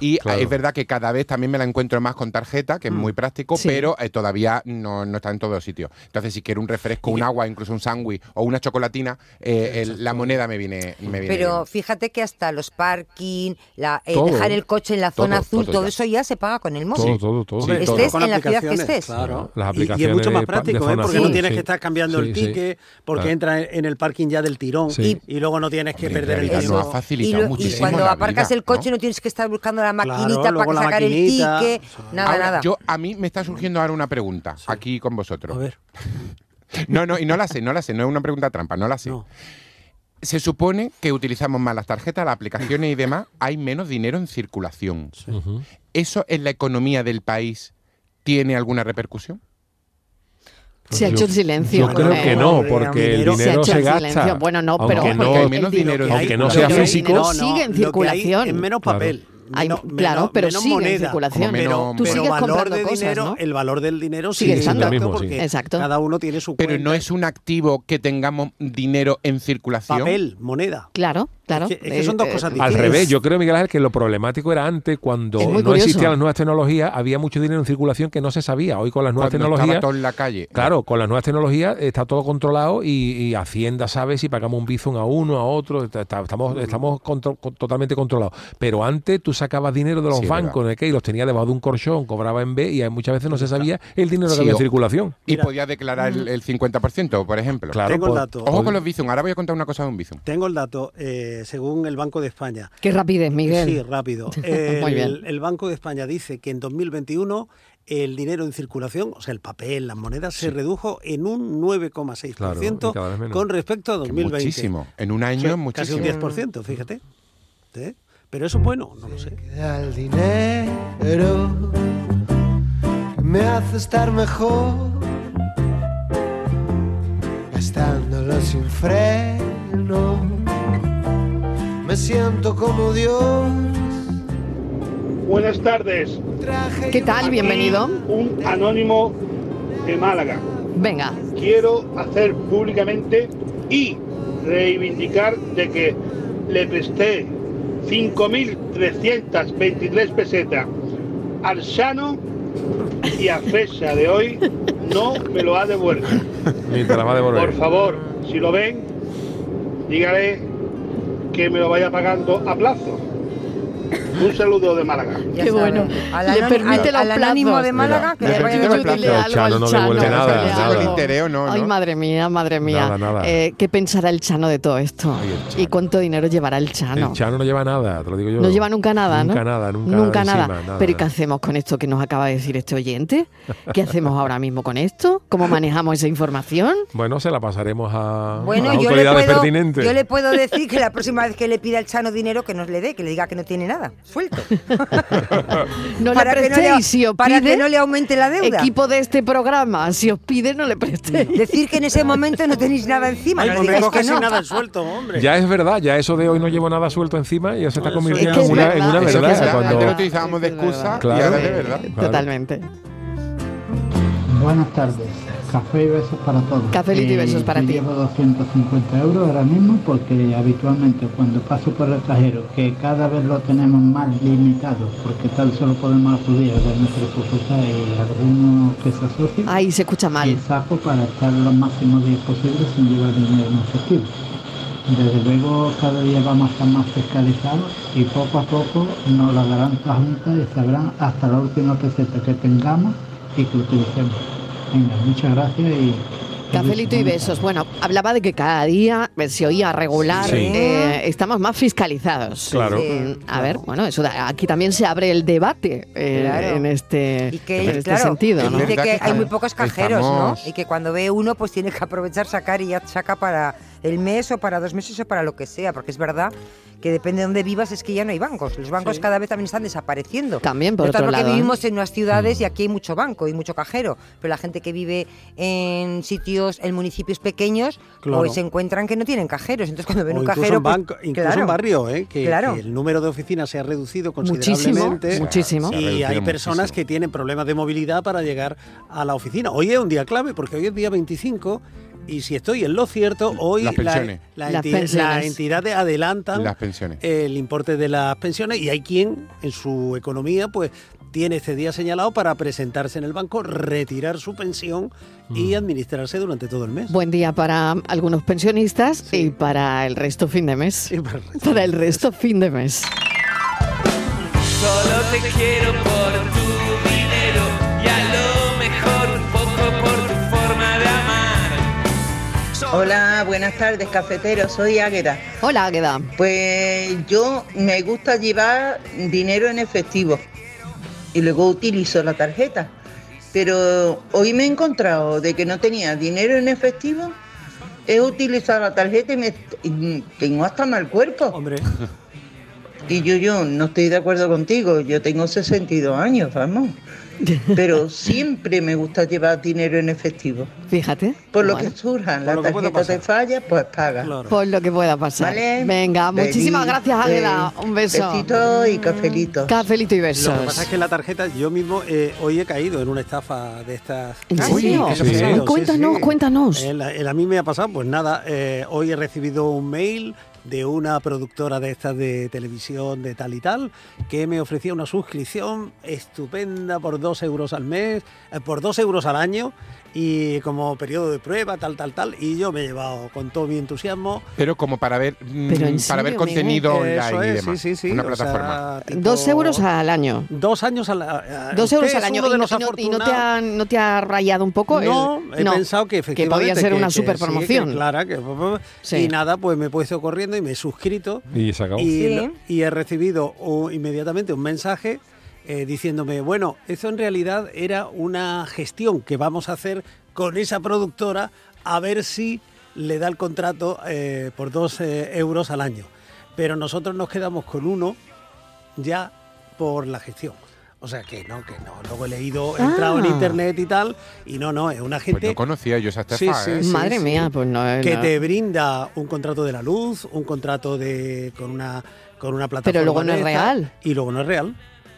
[SPEAKER 3] Y eh,
[SPEAKER 6] Claro.
[SPEAKER 3] es verdad que cada vez también me la encuentro más con tarjeta, que es muy práctico,
[SPEAKER 1] Mm. Sí.
[SPEAKER 3] pero eh, todavía no, no está en todos los sitios. Entonces, si quiero un refresco, un agua, incluso un sándwich o una chocolatina, eh, el- la moneda me viene, me viene
[SPEAKER 5] Pero
[SPEAKER 3] bien.
[SPEAKER 5] fíjate que hasta los parking, la, eh,
[SPEAKER 6] Todo.
[SPEAKER 5] dejar el coche en la zona
[SPEAKER 6] Todo,
[SPEAKER 5] azul,
[SPEAKER 6] todo
[SPEAKER 5] todo,
[SPEAKER 6] ya.
[SPEAKER 5] eso ya se paga con el móvil.
[SPEAKER 6] Todo, todo, todo.
[SPEAKER 4] Hombre,
[SPEAKER 5] todo. Estés en la ciudad que
[SPEAKER 4] aplicaciones,
[SPEAKER 5] estés.
[SPEAKER 4] Claro.
[SPEAKER 6] Las
[SPEAKER 4] Y- Y, es
[SPEAKER 6] aplicaciones
[SPEAKER 4] mucho más
[SPEAKER 6] de pa- de
[SPEAKER 4] práctico, ¿eh?
[SPEAKER 6] zona
[SPEAKER 4] porque
[SPEAKER 5] azul,
[SPEAKER 4] no tienes
[SPEAKER 6] sí.
[SPEAKER 4] que estar cambiando
[SPEAKER 6] Sí,
[SPEAKER 4] el
[SPEAKER 6] sí.
[SPEAKER 4] ticket, porque
[SPEAKER 6] Claro.
[SPEAKER 4] entra en el parking ya del tirón
[SPEAKER 6] Sí.
[SPEAKER 4] y luego no tienes que
[SPEAKER 3] Hombre, en
[SPEAKER 4] perder el
[SPEAKER 3] realidad
[SPEAKER 4] tiempo.
[SPEAKER 3] nos ha facilitado
[SPEAKER 5] y, lo- y
[SPEAKER 3] muchísimo
[SPEAKER 5] cuando
[SPEAKER 3] la
[SPEAKER 5] aparcas
[SPEAKER 3] vida,
[SPEAKER 5] el coche
[SPEAKER 3] ¿no?
[SPEAKER 5] no tienes que estar buscando la maquinita
[SPEAKER 4] luego
[SPEAKER 5] para
[SPEAKER 4] la
[SPEAKER 5] sacar
[SPEAKER 4] maquinita.
[SPEAKER 5] el ticket. Nada,
[SPEAKER 3] Ahora,
[SPEAKER 5] nada.
[SPEAKER 3] Yo, a mí me está surgiendo ahora una pregunta aquí con vosotros.
[SPEAKER 4] A ver,
[SPEAKER 3] No, no, y no la sé, no la sé, no es una pregunta trampa, no la sé.
[SPEAKER 4] no.
[SPEAKER 3] Se supone que utilizamos más las tarjetas, las aplicaciones y demás, hay menos dinero en circulación.
[SPEAKER 6] Ujú.
[SPEAKER 3] ¿Eso en la economía del país tiene alguna repercusión?
[SPEAKER 1] Se ha
[SPEAKER 6] Pues Yo-
[SPEAKER 1] hecho el silencio.
[SPEAKER 6] Yo creo
[SPEAKER 1] Eh,
[SPEAKER 6] que no,
[SPEAKER 4] Hombre,
[SPEAKER 6] porque el
[SPEAKER 4] dinero-
[SPEAKER 1] Se ha
[SPEAKER 6] dinero
[SPEAKER 1] hecho
[SPEAKER 6] se
[SPEAKER 1] el silencio.
[SPEAKER 6] gasta.
[SPEAKER 1] Bueno, no, pero-
[SPEAKER 6] Aunque
[SPEAKER 3] Porque hay
[SPEAKER 6] no,
[SPEAKER 3] menos
[SPEAKER 1] el
[SPEAKER 3] dinero
[SPEAKER 1] dinero
[SPEAKER 3] en
[SPEAKER 6] que
[SPEAKER 3] circulación.
[SPEAKER 6] no sea
[SPEAKER 4] Pero el
[SPEAKER 6] físico-
[SPEAKER 4] dinero
[SPEAKER 1] Sigue en
[SPEAKER 4] lo que hay
[SPEAKER 1] circulación.
[SPEAKER 4] Es menos
[SPEAKER 6] Claro.
[SPEAKER 4] papel.
[SPEAKER 1] Hay-
[SPEAKER 4] menos-
[SPEAKER 1] claro, pero
[SPEAKER 4] menos
[SPEAKER 1] sigue en
[SPEAKER 4] moneda.
[SPEAKER 1] circulación.
[SPEAKER 4] Pero,
[SPEAKER 3] Tú
[SPEAKER 4] pero
[SPEAKER 1] sigues
[SPEAKER 4] valor
[SPEAKER 1] comprando
[SPEAKER 4] de
[SPEAKER 1] cosas,
[SPEAKER 4] dinero,
[SPEAKER 1] ¿no?
[SPEAKER 4] el valor del dinero
[SPEAKER 1] Sigue
[SPEAKER 4] sigue
[SPEAKER 1] estando.
[SPEAKER 4] intacto
[SPEAKER 6] Lo mismo, sí.
[SPEAKER 4] porque
[SPEAKER 1] Exacto.
[SPEAKER 4] cada uno tiene su
[SPEAKER 3] Pero
[SPEAKER 4] cuenta.
[SPEAKER 3] no es un activo que tengamos dinero en circulación.
[SPEAKER 4] papel, moneda.
[SPEAKER 1] Claro, claro. Eh,
[SPEAKER 4] Es que- es que son dos cosas
[SPEAKER 6] eh, Al
[SPEAKER 4] Sí,
[SPEAKER 6] revés,
[SPEAKER 4] es-
[SPEAKER 6] yo creo, Miguel Ángel, que lo problemático era antes, cuando
[SPEAKER 1] Es
[SPEAKER 6] no
[SPEAKER 1] muy curioso.
[SPEAKER 6] existían las nuevas tecnologías, había mucho dinero en circulación que no se sabía. Hoy con las nuevas
[SPEAKER 3] Cuando estaba
[SPEAKER 6] tecnologías.
[SPEAKER 3] todo en la calle.
[SPEAKER 6] Claro, con las nuevas tecnologías está todo controlado y, y Hacienda sabe si pagamos un bizum a uno, a otro, está- está- estamos, estamos contro- co- totalmente controlados. Pero antes tú sacabas dinero de los
[SPEAKER 3] Sí, es
[SPEAKER 6] bancos
[SPEAKER 3] verdad.
[SPEAKER 6] en el que y los tenías debajo de un corchón, cobraba en B y muchas veces no se sabía el dinero que
[SPEAKER 3] Sí,
[SPEAKER 6] había en
[SPEAKER 3] o-
[SPEAKER 6] circulación.
[SPEAKER 3] Y podía declarar el, el 50%, por ejemplo.
[SPEAKER 6] Claro,
[SPEAKER 4] Tengo el
[SPEAKER 6] po-
[SPEAKER 4] dato.
[SPEAKER 3] Ojo con los Bizum. Ahora voy a contar una cosa de un Bizum.
[SPEAKER 4] Tengo el dato, eh, según el Banco de España.
[SPEAKER 1] Qué rapidez, Miguel.
[SPEAKER 4] Sí, rápido.
[SPEAKER 1] Muy
[SPEAKER 4] El,
[SPEAKER 1] bien.
[SPEAKER 4] el Banco de España dice que en 2021 el dinero en circulación, o sea, el papel, las monedas, se redujo en un
[SPEAKER 6] Claro, y
[SPEAKER 4] 9,6%
[SPEAKER 6] cada vez menos.
[SPEAKER 4] con respecto a
[SPEAKER 3] Que
[SPEAKER 4] 2020.
[SPEAKER 3] muchísimo. En un
[SPEAKER 4] O
[SPEAKER 3] año,
[SPEAKER 4] sea, Casi
[SPEAKER 3] muchísimo.
[SPEAKER 4] un 10%, fíjate. ¿Eh? Pero eso es bueno, no lo sé.
[SPEAKER 10] Al dinero que me hace estar mejor, gastándolo sin freno. Me siento como Dios.
[SPEAKER 11] Buenas tardes.
[SPEAKER 10] Traje
[SPEAKER 1] ¿Qué tal? Bienvenido.
[SPEAKER 11] Un anónimo de Málaga.
[SPEAKER 1] Venga,
[SPEAKER 11] Quiero hacer públicamente y reivindicar de que le presté 5.323 pesetas al Sano y a fecha de hoy no me lo ha devuelto.
[SPEAKER 6] Ni te la va a devolver.
[SPEAKER 11] Por favor, si lo ven, dígale que me lo vaya pagando a plazo. Un saludo de Málaga.
[SPEAKER 5] Ya Qué saben. bueno. Al Le anónimo- permite al- los al anónimo plazos. de Málaga, que le vaya
[SPEAKER 3] permite los
[SPEAKER 5] devolviendo.
[SPEAKER 3] plazos.
[SPEAKER 5] Dile algo al Chano, dile algo.
[SPEAKER 3] El interés o no,
[SPEAKER 1] Ay,
[SPEAKER 3] ¿no?
[SPEAKER 1] madre mía, madre mía.
[SPEAKER 6] Nada, nada.
[SPEAKER 1] Eh, ¿Qué pensará el Chano de todo esto? ¿Y cuánto dinero llevará el Chano?
[SPEAKER 6] El Chano no lleva nada, te lo digo yo.
[SPEAKER 1] Ah, No lleva nunca nada,
[SPEAKER 6] nunca
[SPEAKER 1] ¿no?
[SPEAKER 6] Nada, nunca,
[SPEAKER 1] Nunca
[SPEAKER 6] nada.
[SPEAKER 1] nada.
[SPEAKER 6] encima, nada.
[SPEAKER 1] Pero ¿y qué hacemos con esto que nos acaba de decir este oyente? ¿Qué hacemos ahora mismo con esto? ¿Cómo manejamos esa información?
[SPEAKER 6] Bueno, se la pasaremos a,
[SPEAKER 5] Bueno,
[SPEAKER 6] a
[SPEAKER 5] yo le,
[SPEAKER 6] autoridades
[SPEAKER 5] puedo,
[SPEAKER 6] pertinentes.
[SPEAKER 5] yo le puedo decir que la próxima vez que le pida al Chano dinero, que nos le dé, que le diga que no tiene nada. Suelto.
[SPEAKER 1] No
[SPEAKER 5] Para
[SPEAKER 1] le
[SPEAKER 5] que no le-
[SPEAKER 1] prestéis, si os
[SPEAKER 5] para
[SPEAKER 1] pide,
[SPEAKER 5] que no le aumente la deuda.
[SPEAKER 1] Equipo de este programa, si os pide, no le prestéis.
[SPEAKER 5] Decir que en ese momento no tenéis nada encima.
[SPEAKER 4] Ay,
[SPEAKER 5] no le
[SPEAKER 4] pues
[SPEAKER 5] digáis
[SPEAKER 4] recoge
[SPEAKER 5] que no.
[SPEAKER 4] sin nada suelto, hombre.
[SPEAKER 6] Ya es verdad, ya eso de hoy no llevo nada suelto encima y ya se está convirtiendo
[SPEAKER 4] ya
[SPEAKER 6] en,
[SPEAKER 4] es
[SPEAKER 6] una,
[SPEAKER 4] verdad.
[SPEAKER 6] en una
[SPEAKER 4] Eso es
[SPEAKER 6] verdad.
[SPEAKER 4] verdad,
[SPEAKER 6] cuando-
[SPEAKER 3] Antes lo utilizábamos de excusa y ahora de verdad.
[SPEAKER 6] Claro.
[SPEAKER 1] Totalmente.
[SPEAKER 12] Buenas tardes, café y besos para todos.
[SPEAKER 1] Cafelito y besos para
[SPEAKER 12] yo
[SPEAKER 1] ti.
[SPEAKER 12] Llevo 250 euros ahora mismo porque habitualmente cuando paso por el cajero, que cada vez lo tenemos más limitado, porque tal solo podemos acudir a nuestra sucursal y algunos que se asocien.
[SPEAKER 1] Ahí se escucha mal.
[SPEAKER 12] Y saco para estar los máximos días posibles sin llevar dinero en efectivo. Desde luego cada día vamos a estar más fiscalizados y poco a poco nos la darán todas juntas y sabrán hasta la última peseta que tengamos y que utilicemos. Venga, muchas gracias y...
[SPEAKER 1] Cafelito y besos. Bueno, hablaba de que cada día eh, se oía regular.
[SPEAKER 12] Sí.
[SPEAKER 1] eh, estamos más fiscalizados.
[SPEAKER 12] Claro.
[SPEAKER 1] Mm, A ver, bueno, eso da- aquí también se abre el debate eh,
[SPEAKER 5] Claro.
[SPEAKER 1] en este,
[SPEAKER 5] Y que,
[SPEAKER 1] en este
[SPEAKER 5] claro,
[SPEAKER 1] sentido. ¿no?
[SPEAKER 5] dice que hay muy pocos cajeros, ¿no?
[SPEAKER 1] Estamos-
[SPEAKER 5] Y que cuando ve uno, pues tiene que aprovechar, sacar y ya saca para el mes o para dos meses o para lo que sea, porque es verdad que depende de dónde vivas es que ya no hay bancos. Los bancos
[SPEAKER 1] Sí.
[SPEAKER 5] cada vez también están desapareciendo.
[SPEAKER 1] También, por
[SPEAKER 5] Nosotros
[SPEAKER 1] otro
[SPEAKER 5] porque
[SPEAKER 1] lado, ¿eh?
[SPEAKER 5] vivimos en unas
[SPEAKER 1] Mm.
[SPEAKER 5] ciudades y aquí hay mucho banco y mucho cajero, pero la gente que vive en sitios, en municipios pequeños,
[SPEAKER 4] Claro.
[SPEAKER 5] pues se encuentran que no tienen cajeros. Entonces cuando ven
[SPEAKER 4] O
[SPEAKER 5] un
[SPEAKER 4] incluso
[SPEAKER 5] cajero,
[SPEAKER 4] en,
[SPEAKER 5] pues,
[SPEAKER 4] banco- incluso
[SPEAKER 5] claro.
[SPEAKER 4] en barrio, ¿eh? que,
[SPEAKER 5] Claro.
[SPEAKER 4] que el número de oficinas se ha reducido
[SPEAKER 1] Muchísimo,
[SPEAKER 4] considerablemente.
[SPEAKER 1] muchísimo. Se ha
[SPEAKER 4] Y
[SPEAKER 1] reducido
[SPEAKER 4] hay personas
[SPEAKER 1] muchísimo.
[SPEAKER 4] que tienen problemas de movilidad para llegar a la oficina. Hoy es un día clave porque hoy es día 25 y si estoy en lo cierto, hoy
[SPEAKER 3] Las pensiones.
[SPEAKER 4] la- la
[SPEAKER 3] Las
[SPEAKER 4] enti-
[SPEAKER 3] pensiones.
[SPEAKER 4] las entidades adelantan
[SPEAKER 3] Las pensiones.
[SPEAKER 4] el importe de las pensiones y hay quien en su economía pues tiene este día señalado para presentarse en el banco, retirar su pensión
[SPEAKER 1] Mm.
[SPEAKER 4] y administrarse durante todo el mes.
[SPEAKER 1] Buen día para algunos pensionistas y para el resto fin de mes.
[SPEAKER 4] para el resto,
[SPEAKER 1] fin de mes.
[SPEAKER 13] Solo te quiero por tu dinero y a lo mejor un poco por tu forma de amar.
[SPEAKER 14] Hola, buenas tardes, cafeteros. Soy Águeda.
[SPEAKER 1] Hola, Águeda.
[SPEAKER 14] Pues yo me gusta llevar dinero en efectivo y luego utilizo la tarjeta. Pero hoy me he encontrado de que no tenía dinero en efectivo. He utilizado la tarjeta y me y tengo hasta mal cuerpo.
[SPEAKER 4] Hombre.
[SPEAKER 14] Y yo, yo no estoy de acuerdo contigo. Yo tengo 62 años, vamos. Pero siempre me gusta llevar dinero en efectivo.
[SPEAKER 1] Fíjate.
[SPEAKER 14] Por lo
[SPEAKER 1] Bueno.
[SPEAKER 14] que surja, la tarjeta te falla, pues paga.
[SPEAKER 1] Por lo que pueda pasar.
[SPEAKER 14] Vale.
[SPEAKER 1] Venga, muchísimas
[SPEAKER 14] Feliz,
[SPEAKER 1] gracias, Águeda.
[SPEAKER 14] eh,
[SPEAKER 1] Un beso.
[SPEAKER 14] Besito y cafelito.
[SPEAKER 1] Cafelito y besos.
[SPEAKER 4] Lo que pasa es que la tarjeta, yo mismo eh, hoy he caído en una estafa de estas.
[SPEAKER 1] ¿En
[SPEAKER 4] Ah,
[SPEAKER 1] serio?
[SPEAKER 4] sí,
[SPEAKER 1] Sí.
[SPEAKER 4] sí, sí.
[SPEAKER 1] Cuéntanos, cuéntanos.
[SPEAKER 4] El- el a mí me ha pasado, pues nada, eh, hoy he recibido un mail de una productora de estas de televisión de tal y tal, que me ofrecía una suscripción estupenda por dos euros al mes, eh, por dos euros al año, y como periodo de prueba, tal, tal, tal, y yo me he llevado con todo mi entusiasmo.
[SPEAKER 3] Pero como para ver, mm,
[SPEAKER 4] Pero en
[SPEAKER 3] para ver
[SPEAKER 4] serio,
[SPEAKER 3] contenido
[SPEAKER 4] Miguel.
[SPEAKER 3] online
[SPEAKER 4] Eso
[SPEAKER 3] y
[SPEAKER 4] es,
[SPEAKER 3] demás.
[SPEAKER 4] sí, sí, sí,
[SPEAKER 3] Una
[SPEAKER 4] o
[SPEAKER 3] plataforma.
[SPEAKER 4] sea,
[SPEAKER 1] Dos euros al año.
[SPEAKER 4] Dos años al año.
[SPEAKER 1] Dos euros al año. ¿Y, no- y no- y no te ha, no te ha rayado un poco? el-
[SPEAKER 4] No, he
[SPEAKER 1] no,
[SPEAKER 4] pensado que efectivamente.
[SPEAKER 1] podía ser
[SPEAKER 4] que-
[SPEAKER 1] una
[SPEAKER 4] que sí,
[SPEAKER 1] super promoción.
[SPEAKER 4] que clara, que- Y nada, pues me he puesto corriendo y me he suscrito.
[SPEAKER 6] Y se acabó.
[SPEAKER 4] Y, lo- y he recibido o- inmediatamente un mensaje eh, diciéndome, bueno, eso en realidad era una gestión que vamos a hacer con esa productora a ver si le da el contrato eh, por dos eh, euros al año. Pero nosotros nos quedamos con uno ya por la gestión. O sea que no, que no. Luego he leído, he entrado en
[SPEAKER 3] Ah.
[SPEAKER 4] internet y tal, y no, no, es una gente
[SPEAKER 3] Pues no conocía yo esa estafa.
[SPEAKER 4] Sí, sí,
[SPEAKER 3] ¿eh?
[SPEAKER 4] sí,
[SPEAKER 1] Madre
[SPEAKER 4] sí.
[SPEAKER 1] mía, pues no.
[SPEAKER 4] que
[SPEAKER 1] no.
[SPEAKER 4] te brinda un contrato de la luz, un contrato de con una con una plataforma.
[SPEAKER 1] Pero luego no
[SPEAKER 4] de
[SPEAKER 1] es
[SPEAKER 4] esta,
[SPEAKER 1] real.
[SPEAKER 4] Y luego no es real.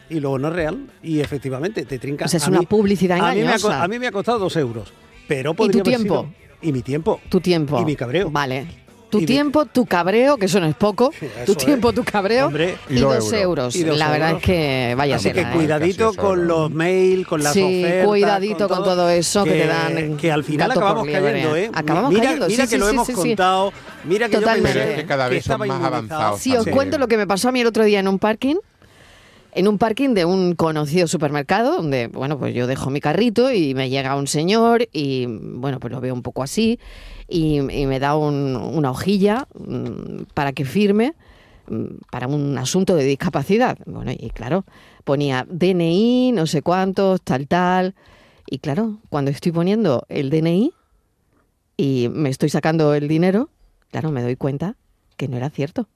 [SPEAKER 4] Y luego no es real. Y efectivamente te trinca.
[SPEAKER 1] O sea, es
[SPEAKER 4] A
[SPEAKER 1] una
[SPEAKER 4] mí-
[SPEAKER 1] publicidad
[SPEAKER 4] a mí me ha co-
[SPEAKER 1] engañosa.
[SPEAKER 4] A mí me ha costado dos euros. Pero
[SPEAKER 1] ¿Y tu
[SPEAKER 4] podría haber
[SPEAKER 1] tiempo?
[SPEAKER 4] sido- Y mi tiempo.
[SPEAKER 1] Tu tiempo.
[SPEAKER 4] Y mi cabreo.
[SPEAKER 1] Vale. Tu tiempo, tu cabreo, que eso no es poco. tu
[SPEAKER 4] eso es.
[SPEAKER 1] tiempo, tu cabreo.
[SPEAKER 4] Hombre,
[SPEAKER 1] y, dos euros.
[SPEAKER 4] Y dos
[SPEAKER 1] la verdad
[SPEAKER 4] euros.
[SPEAKER 1] es que vaya
[SPEAKER 4] Así
[SPEAKER 1] ser.
[SPEAKER 4] que cuidadito con los mails, con las
[SPEAKER 1] Sí,
[SPEAKER 4] ofertas.
[SPEAKER 1] cuidadito con todo eso que te dan
[SPEAKER 4] Que al final
[SPEAKER 1] gato por
[SPEAKER 4] acabamos
[SPEAKER 1] liebre.
[SPEAKER 4] cayendo, ¿eh?
[SPEAKER 1] Acabamos
[SPEAKER 4] mira,
[SPEAKER 1] cayendo,
[SPEAKER 4] Mira
[SPEAKER 1] sí,
[SPEAKER 4] que
[SPEAKER 1] sí,
[SPEAKER 4] lo
[SPEAKER 1] sí,
[SPEAKER 4] hemos
[SPEAKER 1] sí, sí.
[SPEAKER 4] contado. Mira que
[SPEAKER 1] Totalmente.
[SPEAKER 4] yo
[SPEAKER 1] Pero
[SPEAKER 4] pensé
[SPEAKER 1] es que
[SPEAKER 3] cada vez son
[SPEAKER 4] estaba
[SPEAKER 3] más
[SPEAKER 4] inmunizado.
[SPEAKER 3] avanzados
[SPEAKER 1] Si os cuento lo que me pasó a mí el otro día en un parking, en un parking de un conocido supermercado, donde, bueno, pues yo dejo mi carrito y me llega un señor y, bueno, pues lo veo un poco así y, y me da un- una hojilla mm, para que firme mm, para un asunto de discapacidad. Bueno, y claro, ponía DNI, no sé cuántos, tal, tal. Y claro, cuando estoy poniendo el DNI y me estoy sacando el dinero, claro, me doy cuenta que no era cierto.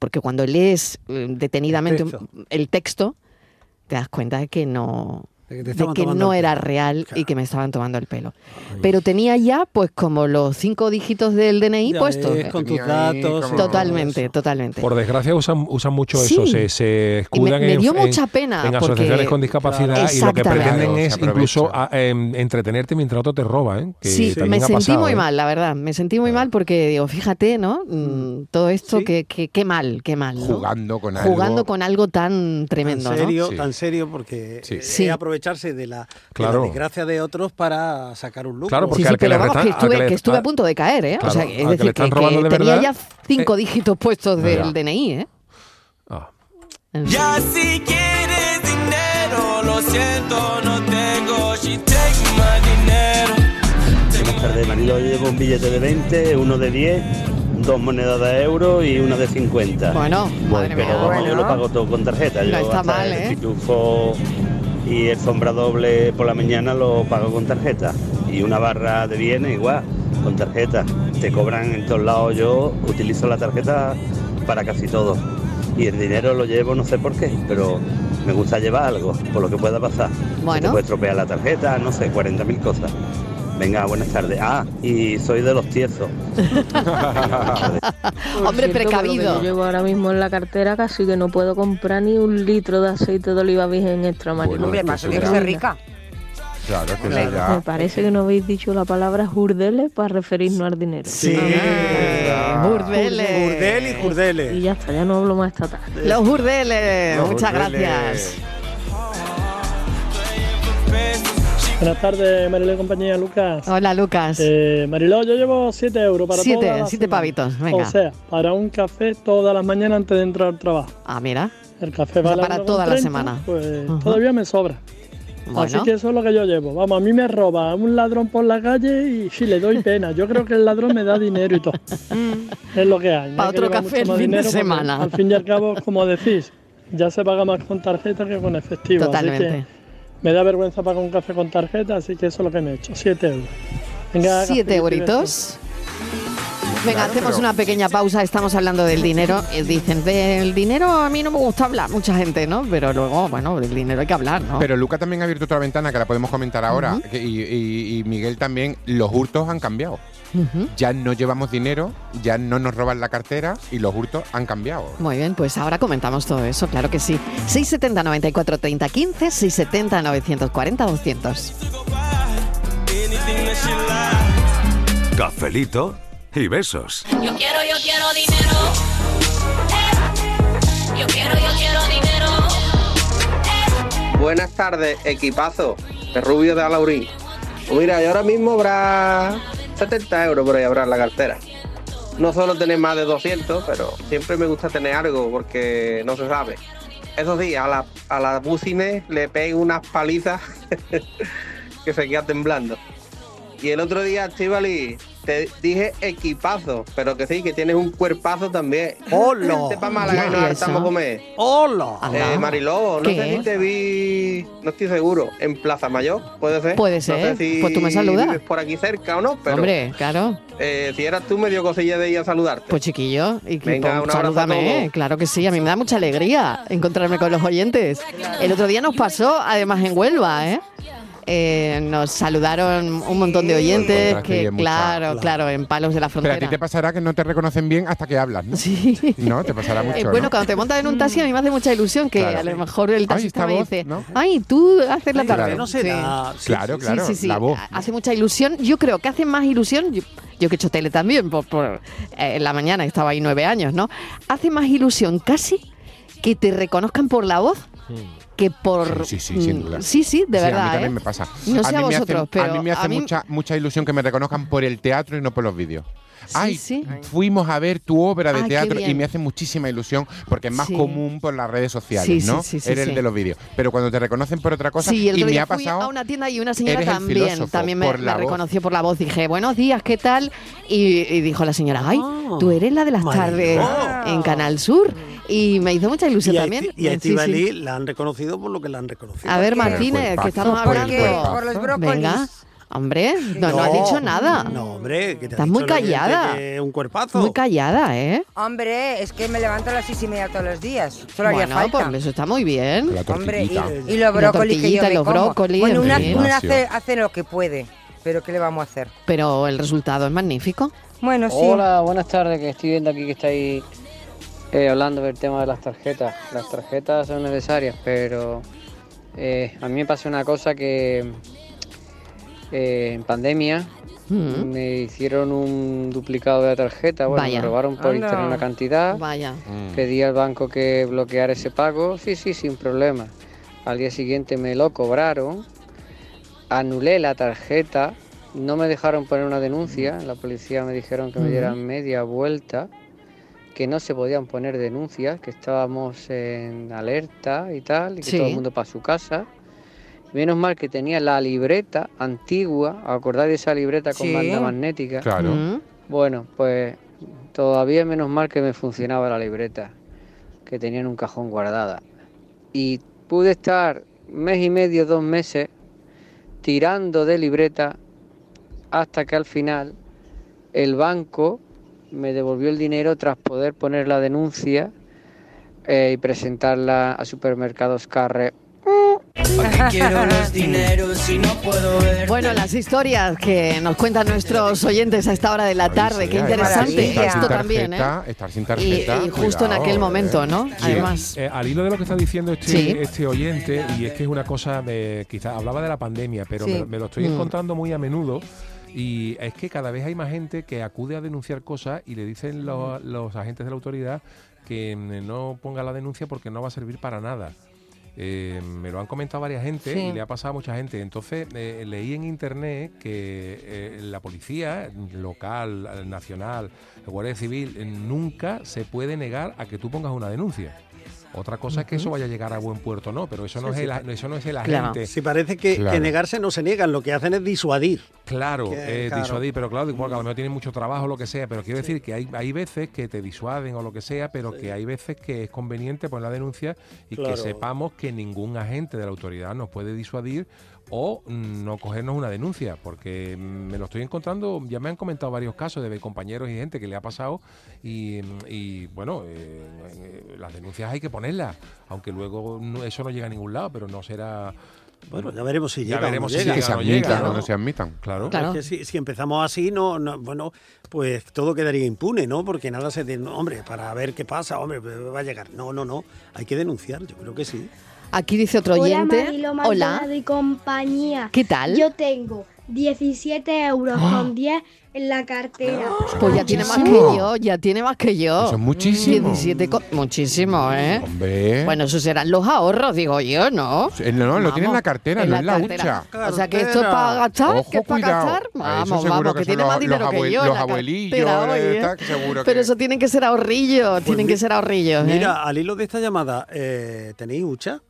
[SPEAKER 1] Porque cuando lees eh, detenidamente un- el texto. te das cuenta de que no,
[SPEAKER 4] De que te
[SPEAKER 1] de
[SPEAKER 4] estaban
[SPEAKER 1] que
[SPEAKER 4] tomando
[SPEAKER 1] no
[SPEAKER 4] el
[SPEAKER 1] era real y que me estaban tomando el pelo. Pero tenía ya, pues, como los cinco dígitos del DNI
[SPEAKER 4] Ya
[SPEAKER 1] puestos.
[SPEAKER 4] ves, con tus
[SPEAKER 1] Tenía ahí
[SPEAKER 4] datos y
[SPEAKER 1] como-
[SPEAKER 4] todo
[SPEAKER 1] Totalmente, totalmente.
[SPEAKER 6] Por desgracia usan, usan mucho
[SPEAKER 1] Sí.
[SPEAKER 6] eso, se, se escudan
[SPEAKER 1] Y me- me
[SPEAKER 6] en-
[SPEAKER 1] dio
[SPEAKER 6] en,
[SPEAKER 1] mucha pena,
[SPEAKER 6] en
[SPEAKER 1] porque-
[SPEAKER 6] asociaciones con discapacidad
[SPEAKER 1] Claro.
[SPEAKER 6] y lo que
[SPEAKER 1] Exactamente.
[SPEAKER 6] pretenden
[SPEAKER 3] Claro,
[SPEAKER 6] es
[SPEAKER 3] se
[SPEAKER 6] incluso a- em, entretenerte mientras otro te roba. ¿eh? Que
[SPEAKER 1] Sí,
[SPEAKER 6] también
[SPEAKER 1] me
[SPEAKER 6] ha
[SPEAKER 1] sentí
[SPEAKER 6] pasado,
[SPEAKER 1] muy
[SPEAKER 6] ¿eh?
[SPEAKER 1] mal, la verdad. Me sentí muy mal porque digo, fíjate, ¿no? Mm, Todo esto, qué, qué- qué mal, qué mal. ¿no?
[SPEAKER 3] Jugando con algo.
[SPEAKER 1] Jugando con algo tan
[SPEAKER 4] Tan
[SPEAKER 1] tremendo, ¿no?
[SPEAKER 4] serio,
[SPEAKER 3] Sí.
[SPEAKER 4] tan serio, porque
[SPEAKER 3] Sí.
[SPEAKER 4] eh,
[SPEAKER 1] Sí.
[SPEAKER 4] es aprovecharse de la, de la
[SPEAKER 6] Claro.
[SPEAKER 4] desgracia de otros para sacar un lucro.
[SPEAKER 6] Claro, porque
[SPEAKER 1] Sí,
[SPEAKER 6] al
[SPEAKER 1] sí,
[SPEAKER 6] que le
[SPEAKER 1] pero vamos,
[SPEAKER 6] retan-
[SPEAKER 1] que
[SPEAKER 6] al que
[SPEAKER 1] estuve,
[SPEAKER 6] le-
[SPEAKER 1] que estuve a
[SPEAKER 6] al-
[SPEAKER 1] punto de caer, ¿eh? o
[SPEAKER 6] claro,
[SPEAKER 1] sea,
[SPEAKER 6] al
[SPEAKER 1] es
[SPEAKER 6] que le
[SPEAKER 1] decir, que,
[SPEAKER 6] están robando
[SPEAKER 1] que
[SPEAKER 6] de
[SPEAKER 1] tenía
[SPEAKER 6] verdad, Eh.
[SPEAKER 1] ya cinco dígitos puestos del
[SPEAKER 6] ya.
[SPEAKER 1] DNI, ¿eh?
[SPEAKER 6] Ah.
[SPEAKER 13] Ya si quieres dinero, lo siento, no tengo. She take my dinero.
[SPEAKER 15] Buenas tardes, Marilo. Yo llevo un billete de 20, uno de 10, dos monedas de euro y una de 50.
[SPEAKER 1] Bueno,
[SPEAKER 15] Voy,
[SPEAKER 1] madre
[SPEAKER 15] pero
[SPEAKER 1] mía.
[SPEAKER 15] vamos, yo
[SPEAKER 1] Bueno.
[SPEAKER 15] lo pago todo con tarjeta.
[SPEAKER 1] No
[SPEAKER 15] yo
[SPEAKER 1] está
[SPEAKER 15] hasta
[SPEAKER 1] mal,
[SPEAKER 15] el
[SPEAKER 1] ¿eh?
[SPEAKER 15] pitufo y el sombra doble por la mañana lo pago con tarjeta. Y una barra de bienes igual, con tarjeta. Te cobran en todos lados. Yo utilizo la tarjeta para casi todo. Y el dinero lo llevo, no sé por qué, pero me gusta llevar algo, por lo que pueda pasar. Se
[SPEAKER 1] Bueno.
[SPEAKER 15] te puede estropear la tarjeta, no sé, 40.000 cosas. Venga, buenas tardes. Ah, y soy de los tiesos.
[SPEAKER 1] Hombre precavido.
[SPEAKER 16] con lo que yo llevo ahora mismo en la cartera casi que no puedo comprar ni un litro de aceite de oliva virgen extra, Mariló.
[SPEAKER 5] Hombre, para eso tiene que ser rica.
[SPEAKER 3] Claro, es que eso
[SPEAKER 16] Me
[SPEAKER 1] Pues
[SPEAKER 3] ya.
[SPEAKER 16] parece que no habéis dicho la palabra jurdele para referirnos al dinero.
[SPEAKER 3] Sí.
[SPEAKER 1] Ah, Burdeles.
[SPEAKER 4] Burdel y jurdele.
[SPEAKER 16] Y ya está, ya no hablo más esta tarde.
[SPEAKER 1] Los burdeles.
[SPEAKER 16] Los
[SPEAKER 1] Muchas
[SPEAKER 16] burdeles.
[SPEAKER 1] gracias.
[SPEAKER 17] Buenas tardes, Mariló y compañía, Lucas.
[SPEAKER 1] Hola, Lucas.
[SPEAKER 17] Eh, Mariló, yo llevo 7 euros para
[SPEAKER 1] Siete,
[SPEAKER 17] toda la
[SPEAKER 1] siete
[SPEAKER 17] semana.
[SPEAKER 1] pavitos, venga.
[SPEAKER 17] O sea, para un café todas las mañanas antes de entrar al trabajo.
[SPEAKER 1] Ah, mira.
[SPEAKER 17] El café vale
[SPEAKER 1] para
[SPEAKER 17] 1,30,
[SPEAKER 1] toda la semana.
[SPEAKER 17] Pues
[SPEAKER 1] Ujú.
[SPEAKER 17] todavía me sobra. Así
[SPEAKER 1] Bueno.
[SPEAKER 17] que eso es lo que yo llevo. Vamos, a mí me roba un ladrón por la calle y sí, le doy pena. Yo creo que el ladrón me da dinero y todo. es lo que hay. no
[SPEAKER 1] Mm. Pa'
[SPEAKER 17] hay que
[SPEAKER 1] otro
[SPEAKER 17] llevar
[SPEAKER 1] café
[SPEAKER 17] mucho
[SPEAKER 1] el
[SPEAKER 17] más
[SPEAKER 1] fin de
[SPEAKER 17] porque
[SPEAKER 1] semana.
[SPEAKER 17] Al fin y al cabo, como decís, ya se paga más con tarjeta que con efectivo. así que
[SPEAKER 1] Totalmente.
[SPEAKER 17] me da vergüenza pagar un café con tarjeta, así que eso es lo que me he hecho. 7 euros. Venga,
[SPEAKER 1] Siete
[SPEAKER 17] café,
[SPEAKER 1] euritos. Venga,
[SPEAKER 17] Claro,
[SPEAKER 1] hacemos
[SPEAKER 17] pero-
[SPEAKER 1] una pequeña pausa. Estamos hablando del dinero. Eh, Dicen, del dinero a mí no me gusta hablar, mucha gente, ¿no? Pero luego, bueno, del dinero hay que hablar, ¿no?
[SPEAKER 3] Pero Luca también ha abierto otra ventana que la podemos comentar ahora. que- y, y- y Miguel también. Los hurtos han cambiado.
[SPEAKER 1] Ujú.
[SPEAKER 3] Ya no llevamos dinero, ya no nos roban la cartera y los hurtos han cambiado.
[SPEAKER 1] Muy bien, pues ahora comentamos todo eso, claro que sí. 670 94 30 15, 670 940 200.
[SPEAKER 7] Cafelito y besos.
[SPEAKER 13] Yo quiero, yo quiero dinero. Eh. Yo quiero, yo quiero dinero.
[SPEAKER 18] Buenas tardes, equipazo. De Rubio de Alaurín. Pues Mira, y ahora mismo habrá 70 euros por ahí habrá en la cartera. No solo tener más de 200, pero siempre me gusta tener algo porque no se sabe. Eso sí, a la, a la bucine le pego unas palizas que se queda temblando. Y el otro día, Chivali, te dije equipazo, pero que sí, que tienes un cuerpazo también.
[SPEAKER 4] ¡Hola!
[SPEAKER 18] Vente pa' Málaga y nos
[SPEAKER 4] ¿Y eso?
[SPEAKER 18] hartamos comer.
[SPEAKER 4] ¡Hola!
[SPEAKER 18] Eh, Mariló, no
[SPEAKER 4] ¿Qué?
[SPEAKER 18] sé si te vi, no estoy seguro, en Plaza Mayor, puede ser.
[SPEAKER 1] Puede
[SPEAKER 18] No
[SPEAKER 1] ser.
[SPEAKER 18] sé si
[SPEAKER 1] Pues tú me saludas.
[SPEAKER 18] vives por aquí cerca o no, pero
[SPEAKER 1] Hombre, claro.
[SPEAKER 18] eh, si eras tú me dio cosilla de ir a saludarte.
[SPEAKER 1] Pues chiquillo, y que
[SPEAKER 18] Venga,
[SPEAKER 1] pon-
[SPEAKER 18] un abrazo a
[SPEAKER 1] salúdame, eh,
[SPEAKER 18] todos.
[SPEAKER 1] claro que sí, a mí me da mucha alegría encontrarme con los oyentes. El otro día nos pasó, además en Huelva, ¿eh? eh, nos saludaron un montón de oyentes
[SPEAKER 3] Encontraste
[SPEAKER 1] que,
[SPEAKER 3] bien mucha-
[SPEAKER 1] claro,
[SPEAKER 3] claro.
[SPEAKER 1] claro, en palos de la
[SPEAKER 3] Pero
[SPEAKER 1] frontera.
[SPEAKER 3] a ti te pasará que no te reconocen bien hasta que hablas, ¿no?
[SPEAKER 1] Sí.
[SPEAKER 3] No, te pasará mucho.
[SPEAKER 1] Eh, bueno,
[SPEAKER 3] ¿no?
[SPEAKER 1] cuando te montas en un taxi a mí me hace mucha ilusión que
[SPEAKER 3] Claro.
[SPEAKER 1] a lo mejor el
[SPEAKER 3] Ay,
[SPEAKER 1] taxista
[SPEAKER 3] esta
[SPEAKER 1] me
[SPEAKER 3] voz,
[SPEAKER 1] dice,
[SPEAKER 3] ¿no?
[SPEAKER 1] ay, tú haces la tarde.
[SPEAKER 3] no
[SPEAKER 1] Sí.
[SPEAKER 3] será- sí, Claro, sí, sí. claro,
[SPEAKER 1] Sí, sí, sí.
[SPEAKER 3] la voz,
[SPEAKER 1] Ha- Hace mucha ilusión. Yo creo que hace más ilusión, yo, yo que he hecho tele también por, por, eh, en la mañana, estaba ahí nueve años, ¿no? Hace más ilusión casi que te reconozcan por la voz que por...
[SPEAKER 3] Sí, sí, sin
[SPEAKER 1] mm,
[SPEAKER 3] duda.
[SPEAKER 1] Sí, sí, de
[SPEAKER 3] A mí
[SPEAKER 1] verdad.
[SPEAKER 3] también
[SPEAKER 1] ¿eh?
[SPEAKER 3] me pasa.
[SPEAKER 1] No sé a,
[SPEAKER 3] mí me hace-
[SPEAKER 1] vosotros, pero
[SPEAKER 3] A mí me hace Mucha, mucha ilusión que me reconozcan por el teatro y no por los vídeos. Ay, fuimos a ver tu obra de
[SPEAKER 1] Ah, qué
[SPEAKER 3] teatro y
[SPEAKER 1] bien.
[SPEAKER 3] me hace muchísima ilusión porque es más
[SPEAKER 1] Sí.
[SPEAKER 3] común por las redes sociales,
[SPEAKER 1] Sí, sí,
[SPEAKER 3] ¿no?
[SPEAKER 1] sí, sí,
[SPEAKER 3] Eres
[SPEAKER 1] sí.
[SPEAKER 3] el de los vídeos. Pero cuando te reconocen por otra cosa,
[SPEAKER 1] Sí, el
[SPEAKER 3] y
[SPEAKER 1] otro
[SPEAKER 3] me
[SPEAKER 1] día
[SPEAKER 3] ha
[SPEAKER 1] fui
[SPEAKER 3] pasado.
[SPEAKER 1] a una tienda y una señora
[SPEAKER 3] eres el
[SPEAKER 1] también,
[SPEAKER 3] filósofo,
[SPEAKER 1] también me,
[SPEAKER 3] por la
[SPEAKER 1] me
[SPEAKER 3] voz.
[SPEAKER 1] reconoció por la voz. Dije, buenos días, ¿qué tal? Y, y dijo la señora, ay,
[SPEAKER 4] Ah.
[SPEAKER 1] tú eres la de las tardes en Canal Sur. Y me hizo mucha ilusión
[SPEAKER 4] Y a,
[SPEAKER 1] también.
[SPEAKER 4] Esti- y a
[SPEAKER 1] Sí, sí.
[SPEAKER 4] Estivali la han reconocido por lo que la han reconocido.
[SPEAKER 1] A ver, Martínez, que estamos hablando. Venga, hombre, no, no, has dicho nada.
[SPEAKER 4] No, hombre, que te ha
[SPEAKER 1] Estás
[SPEAKER 4] dicho
[SPEAKER 1] muy
[SPEAKER 4] el oyente
[SPEAKER 1] callada.
[SPEAKER 4] que Un cuerpazo.
[SPEAKER 1] Muy callada, ¿eh?
[SPEAKER 5] Hombre, es que me levanto a las seis y media todos los días. Solo haría
[SPEAKER 1] bueno,
[SPEAKER 5] falta.
[SPEAKER 1] pues eso está muy bien.
[SPEAKER 5] Hombre, y, y
[SPEAKER 1] La
[SPEAKER 5] los brócolis que yo
[SPEAKER 1] tortillita,
[SPEAKER 5] me
[SPEAKER 1] los
[SPEAKER 5] como.
[SPEAKER 1] brócolis,
[SPEAKER 5] Bueno,
[SPEAKER 1] en
[SPEAKER 5] una,
[SPEAKER 1] fin.
[SPEAKER 5] una hace, hace lo que puede, pero ¿qué le vamos a hacer?
[SPEAKER 1] Pero el resultado es magnífico.
[SPEAKER 5] Bueno,
[SPEAKER 19] Hola, buenas tardes, que estoy viendo aquí que estáis eh, hablando del tema de las tarjetas. Las tarjetas son necesarias, pero eh, a mí me pasó una cosa que eh, en pandemia
[SPEAKER 1] Mm.
[SPEAKER 19] me hicieron un duplicado de la tarjeta, bueno,
[SPEAKER 1] Vaya.
[SPEAKER 19] me robaron por
[SPEAKER 1] Anda.
[SPEAKER 19] internet una cantidad,
[SPEAKER 1] Vaya.
[SPEAKER 19] pedí al banco que bloqueara ese pago, sí, sí, sin problema. Al día siguiente me lo cobraron, anulé la tarjeta, no me dejaron poner una denuncia, la policía me dijeron que me
[SPEAKER 20] Ujú.
[SPEAKER 19] dieran media vuelta, que no se podían poner denuncias, que estábamos en alerta y tal, y que
[SPEAKER 20] Sí.
[SPEAKER 19] todo el mundo para su casa. Menos mal que tenía la libreta antigua, ¿acordáis de esa libreta con
[SPEAKER 20] Sí.
[SPEAKER 19] banda magnética?
[SPEAKER 20] Claro. Mm.
[SPEAKER 19] Bueno, pues todavía menos mal que me funcionaba la libreta, que tenía en un cajón guardada. Y pude estar mes y medio, dos meses, tirando de libreta hasta que al final el banco me devolvió el dinero tras poder poner la denuncia eh, y presentarla a supermercados Carre.
[SPEAKER 13] Quiero los dineros si no puedo ver.
[SPEAKER 1] Bueno, las historias que nos cuentan nuestros oyentes a esta hora de la tarde, qué interesante
[SPEAKER 3] Estar sin
[SPEAKER 1] esto también, ¿eh?
[SPEAKER 3] tarjeta, Estar sin tarjeta.
[SPEAKER 1] Y- y justo en aquel momento, ¿no?
[SPEAKER 6] Sí,
[SPEAKER 1] Además.
[SPEAKER 6] eh, al hilo de lo que está diciendo este,
[SPEAKER 1] Sí.
[SPEAKER 6] este oyente, y es que es una cosa, eh, quizás hablaba de la pandemia, pero
[SPEAKER 21] Sí.
[SPEAKER 6] me, me lo estoy
[SPEAKER 21] Mm.
[SPEAKER 6] encontrando muy a menudo. Y es que cada vez hay más gente que acude a denunciar cosas y le dicen los, los agentes de la autoridad que mm, no ponga la denuncia porque no va a servir para nada. Eh, me lo han comentado varias gente
[SPEAKER 21] Sí.
[SPEAKER 6] y le ha pasado a mucha gente. Entonces eh, leí en internet que eh, la policía local, eh, nacional, la Guardia Civil, eh, nunca se puede negar a que tú pongas una denuncia. Otra cosa es que eso vaya a llegar a buen puerto, no, pero eso no,
[SPEAKER 4] Sí,
[SPEAKER 6] es,
[SPEAKER 4] sí.
[SPEAKER 6] el, a- eso no es el agente.
[SPEAKER 4] Si parece que, que
[SPEAKER 6] Claro.
[SPEAKER 4] negarse no se niegan, lo que hacen es disuadir.
[SPEAKER 6] Claro,
[SPEAKER 4] Que,
[SPEAKER 6] eh,
[SPEAKER 4] claro.
[SPEAKER 6] disuadir, pero claro, igual que a lo mejor tienen mucho trabajo o lo que sea, pero quiero decir que hay, hay veces que te disuaden o lo que sea, pero que hay veces que es conveniente poner la denuncia y
[SPEAKER 4] Claro.
[SPEAKER 6] que sepamos que ningún agente de la autoridad nos puede disuadir o mm, no cogernos una denuncia, porque mm, me lo estoy encontrando, ya me han comentado varios casos de compañeros y gente que le ha pasado y, mm, y, bueno, eh, eh, las denuncias hay que ponerlas, aunque luego no- eso no llega a ningún lado, pero no será...
[SPEAKER 4] Bueno, ya veremos si
[SPEAKER 6] ya
[SPEAKER 4] llega o no
[SPEAKER 6] veremos si
[SPEAKER 4] llega.
[SPEAKER 6] llega
[SPEAKER 4] Que se
[SPEAKER 6] o no
[SPEAKER 4] admitan
[SPEAKER 6] llega,
[SPEAKER 4] o
[SPEAKER 3] no se admitan.
[SPEAKER 6] Claro.
[SPEAKER 4] Es que si, si empezamos así, no, no, bueno, pues todo quedaría impune, ¿no? Porque nada se... de- no, hombre, para ver qué pasa, hombre, va a llegar. No, no, no. Hay que denunciar, yo creo que sí.
[SPEAKER 1] Aquí dice otro
[SPEAKER 22] Hola,
[SPEAKER 1] oyente.
[SPEAKER 22] Marilo
[SPEAKER 1] Hola.
[SPEAKER 22] Maldonado y compañía.
[SPEAKER 1] ¿Qué tal? Ah,
[SPEAKER 22] Yo tengo 17 euros con 10 en la cartera.
[SPEAKER 1] Pues ya tiene más que
[SPEAKER 3] muchísimo.
[SPEAKER 1] yo, ya tiene más que yo.
[SPEAKER 3] Eso es muchísimo.
[SPEAKER 1] 17 co- muchísimo, ¿eh?
[SPEAKER 3] Hombre.
[SPEAKER 1] Bueno, esos serán los ahorros, digo yo, ¿no?
[SPEAKER 3] Eh, No, no, lo
[SPEAKER 1] Vamos,
[SPEAKER 3] tiene en la cartera, no en la
[SPEAKER 1] cartera.
[SPEAKER 3] hucha.
[SPEAKER 1] O sea que esto es para gastar,
[SPEAKER 3] Ojo,
[SPEAKER 1] que es para
[SPEAKER 3] cuidado.
[SPEAKER 1] gastar.
[SPEAKER 3] Eso
[SPEAKER 1] Vamos,
[SPEAKER 3] seguro
[SPEAKER 1] vamos,
[SPEAKER 3] que
[SPEAKER 1] que,
[SPEAKER 3] son
[SPEAKER 1] tiene
[SPEAKER 3] los-
[SPEAKER 1] más dinero
[SPEAKER 3] los
[SPEAKER 1] que yo.
[SPEAKER 3] abue-
[SPEAKER 1] en
[SPEAKER 3] los
[SPEAKER 1] la cartera
[SPEAKER 3] abuelillos,
[SPEAKER 1] hoy,
[SPEAKER 3] eh,
[SPEAKER 1] ¿eh?
[SPEAKER 3] tal, que Pues seguro
[SPEAKER 1] Pero eso tienen que ser ahorrillos, tienen que ser ahorrillos. ¿eh?
[SPEAKER 4] Mira, al hilo de esta llamada, eh, ¿tenéis hucha?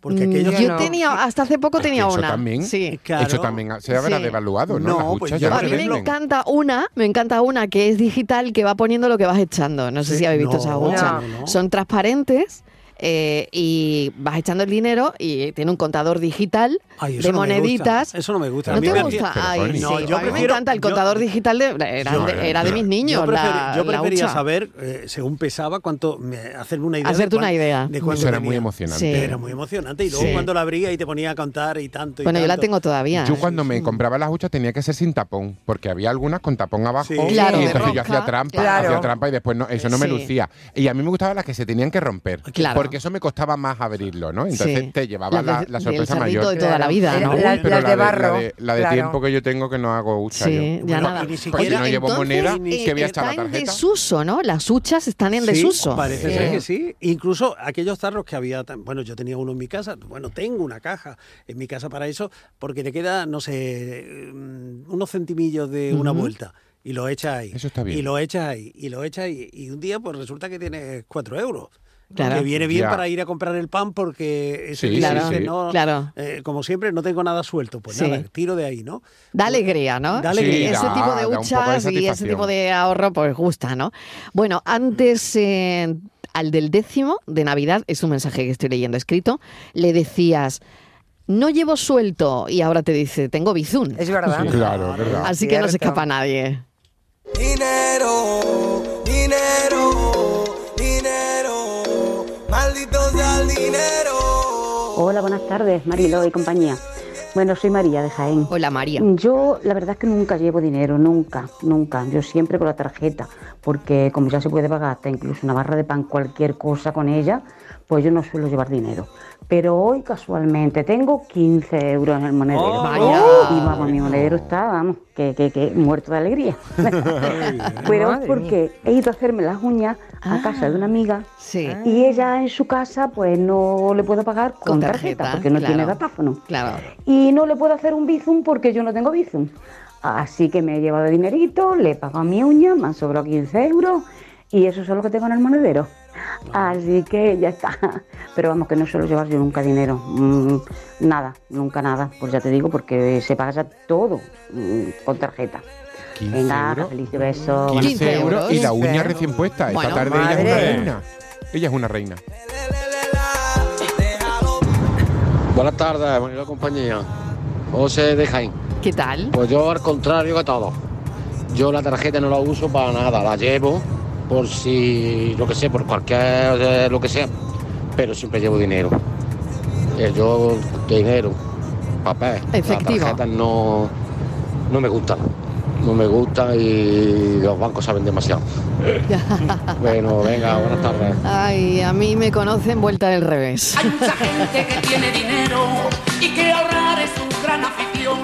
[SPEAKER 4] Porque
[SPEAKER 1] Mm,
[SPEAKER 4] aquello...
[SPEAKER 1] yo tenía, hasta hace poco tenía
[SPEAKER 3] eso
[SPEAKER 1] una.
[SPEAKER 3] también,
[SPEAKER 1] sí.
[SPEAKER 3] Eso también se habrá
[SPEAKER 1] Sí.
[SPEAKER 3] devaluado, ¿no?
[SPEAKER 4] No,
[SPEAKER 3] Las
[SPEAKER 4] pues
[SPEAKER 3] huchas
[SPEAKER 4] yo
[SPEAKER 3] ya no
[SPEAKER 4] a
[SPEAKER 3] se
[SPEAKER 4] mí me
[SPEAKER 1] Me
[SPEAKER 3] venden.
[SPEAKER 1] encanta una, me encanta una que es digital que va poniendo lo que vas echando. No sé si habéis visto esas huchas. Son transparentes. eh, y vas echando el dinero y tiene un contador digital
[SPEAKER 4] Ay, eso
[SPEAKER 1] de
[SPEAKER 4] no me gusta.
[SPEAKER 1] moneditas.
[SPEAKER 4] Eso no me gusta.
[SPEAKER 1] ¿No
[SPEAKER 4] A mí
[SPEAKER 1] te
[SPEAKER 4] me-
[SPEAKER 1] gusta?
[SPEAKER 4] Pero,
[SPEAKER 1] Ay,
[SPEAKER 4] Connie.
[SPEAKER 1] sí.
[SPEAKER 4] No, yo
[SPEAKER 1] a mí me
[SPEAKER 4] prefiero-
[SPEAKER 1] encanta el contador digital, de, era,
[SPEAKER 4] Yo-
[SPEAKER 1] de, era de mis niños.
[SPEAKER 4] Yo, prefer-
[SPEAKER 1] la,
[SPEAKER 4] yo
[SPEAKER 1] la
[SPEAKER 4] prefería
[SPEAKER 1] hucha.
[SPEAKER 4] saber, eh, según pesaba, cuánto me- hacerme una idea. de
[SPEAKER 1] Hacerte una
[SPEAKER 4] cuán-
[SPEAKER 1] idea.
[SPEAKER 4] De cuánto
[SPEAKER 3] Eso era
[SPEAKER 4] tenía.
[SPEAKER 3] muy emocionante.
[SPEAKER 1] Sí.
[SPEAKER 4] Era muy emocionante. Y luego
[SPEAKER 1] Sí.
[SPEAKER 4] cuando la abría y te ponía a contar y tanto. y
[SPEAKER 1] Bueno, yo la
[SPEAKER 4] tanto.
[SPEAKER 1] tengo todavía.
[SPEAKER 3] Yo
[SPEAKER 1] ¿eh?
[SPEAKER 3] cuando me compraba las huchas tenía que ser sin tapón, porque había algunas con tapón abajo
[SPEAKER 1] Sí. Claro,
[SPEAKER 3] y
[SPEAKER 1] de
[SPEAKER 3] entonces yo
[SPEAKER 1] rosca,
[SPEAKER 3] hacía trampa,
[SPEAKER 1] claro.
[SPEAKER 3] hacía trampa y después no, eso no me
[SPEAKER 1] Sí.
[SPEAKER 3] lucía. Y a mí me gustaban las que se tenían que romper,
[SPEAKER 1] Claro.
[SPEAKER 3] porque eso me costaba más abrirlo, ¿no? Entonces
[SPEAKER 1] Sí.
[SPEAKER 3] te llevaba
[SPEAKER 1] Las
[SPEAKER 3] la,
[SPEAKER 1] de-
[SPEAKER 3] la
[SPEAKER 1] del
[SPEAKER 3] sorpresa
[SPEAKER 1] cerdito
[SPEAKER 3] mayor.
[SPEAKER 1] de toda la vida,
[SPEAKER 3] Pero
[SPEAKER 1] ¿no?
[SPEAKER 3] uy,
[SPEAKER 1] Las-
[SPEAKER 3] pero
[SPEAKER 1] las de
[SPEAKER 3] la
[SPEAKER 1] barro,
[SPEAKER 3] la de, la de
[SPEAKER 1] claro.
[SPEAKER 3] tiempo que yo tengo que no hago hucha
[SPEAKER 1] Sí,
[SPEAKER 3] yo.
[SPEAKER 1] ya
[SPEAKER 3] Porque
[SPEAKER 1] nada. Pues
[SPEAKER 3] no llevo
[SPEAKER 1] entonces,
[SPEAKER 3] moneda,
[SPEAKER 1] eh,
[SPEAKER 3] que voy a echar
[SPEAKER 1] está
[SPEAKER 3] la
[SPEAKER 1] en
[SPEAKER 3] tarjeta.
[SPEAKER 1] desuso, ¿no? Las huchas están en
[SPEAKER 4] Sí,
[SPEAKER 1] desuso.
[SPEAKER 4] Parece ser que sí. Incluso aquellos tarros que había, tan- bueno, yo tenía uno en mi casa, bueno, tengo una caja en mi casa para eso, porque te queda, no sé, mm, unos centimillos de una
[SPEAKER 3] Ujú.
[SPEAKER 4] vuelta. Y lo echas ahí.
[SPEAKER 3] Eso está Ah, bien.
[SPEAKER 4] Y lo echas ahí. Y lo echas ahí. Y un día, pues resulta que tienes cuatro euros.
[SPEAKER 1] Claro.
[SPEAKER 4] Que viene bien
[SPEAKER 3] Ya.
[SPEAKER 4] para ir a comprar el pan porque ese
[SPEAKER 3] Sí,
[SPEAKER 4] día
[SPEAKER 3] sí,
[SPEAKER 4] dices,
[SPEAKER 3] sí.
[SPEAKER 4] no,
[SPEAKER 1] Claro.
[SPEAKER 4] eh, como siempre, no tengo nada suelto. Pues
[SPEAKER 1] Sí.
[SPEAKER 4] nada, tiro de ahí, ¿no?
[SPEAKER 1] Da alegría, ¿no?
[SPEAKER 4] Da alegría.
[SPEAKER 1] Ese
[SPEAKER 4] Sí, da-
[SPEAKER 1] tipo de
[SPEAKER 4] da un poco de
[SPEAKER 1] huchas y ese
[SPEAKER 4] satisfacción.
[SPEAKER 1] tipo de ahorro, pues gusta, ¿no? Bueno, antes eh, al del décimo de Navidad, es un mensaje que estoy leyendo escrito, le decías, no llevo suelto, y ahora te dice, tengo bizun.
[SPEAKER 5] Es verdad.
[SPEAKER 3] Sí, claro, es verdad.
[SPEAKER 1] Así que no se
[SPEAKER 5] Cierto.
[SPEAKER 1] escapa nadie.
[SPEAKER 13] Dinero, dinero, dinero, maldito sea el dinero.
[SPEAKER 20] Hola, buenas tardes, Marilo y compañía. Bueno, soy María de Jaén.
[SPEAKER 1] Hola, María.
[SPEAKER 20] Yo la verdad es que nunca llevo dinero, nunca, nunca. Yo siempre con la tarjeta, porque como ya se puede pagar hasta incluso una barra de pan, cualquier cosa con ella, pues yo no suelo llevar dinero. Pero hoy casualmente tengo 15 euros en el monedero.
[SPEAKER 1] ¡Oh! Vaya.
[SPEAKER 20] Y vamos, mi monedero está, vamos, que, que, que muerto de alegría. Pero es Madre porque he ido a hacerme las uñas
[SPEAKER 1] Ah.
[SPEAKER 20] a casa de una amiga y ella en su casa pues no le puedo pagar con,
[SPEAKER 1] Con
[SPEAKER 20] tarjeta,
[SPEAKER 1] tarjeta,
[SPEAKER 20] porque no
[SPEAKER 1] claro.
[SPEAKER 20] tiene datáfono.
[SPEAKER 1] Claro.
[SPEAKER 20] Y no le puedo hacer un bizum porque yo no tengo bizum. Así que me he llevado dinerito, le he pagado mi uña, me han sobrado 15 euros y eso es lo que tengo en el monedero. Así que ya está. Pero vamos, que no suelo llevar yo nunca dinero. Mm, nada, nunca nada. Pues ya te digo, porque se paga todo mm, con tarjeta.
[SPEAKER 3] 15
[SPEAKER 20] Venga,
[SPEAKER 3] euros.
[SPEAKER 20] feliz beso. buenas
[SPEAKER 3] 15
[SPEAKER 20] tardes.
[SPEAKER 3] euros y la uña recién puesta.
[SPEAKER 20] Bueno,
[SPEAKER 3] Esta tarde ella es una
[SPEAKER 20] madre.
[SPEAKER 3] reina. Ella es una reina.
[SPEAKER 21] Buenas tardes, bonita compañía. José de Jaén.
[SPEAKER 1] ¿Qué tal?
[SPEAKER 21] Pues yo al contrario que todo. Yo la tarjeta no la uso para nada, la llevo por si, lo que sé, por cualquier, eh, lo que sea. Pero siempre llevo dinero. Eh, yo dinero, papel.
[SPEAKER 1] Efectivo.
[SPEAKER 21] Las tarjetas no, no me gustan. No me gustan y los bancos saben demasiado. bueno, venga, buenas tardes.
[SPEAKER 1] Ay, a mí me conocen vuelta del revés.
[SPEAKER 23] Mucha gente que tiene dinero y que ahorrar es su gran afición.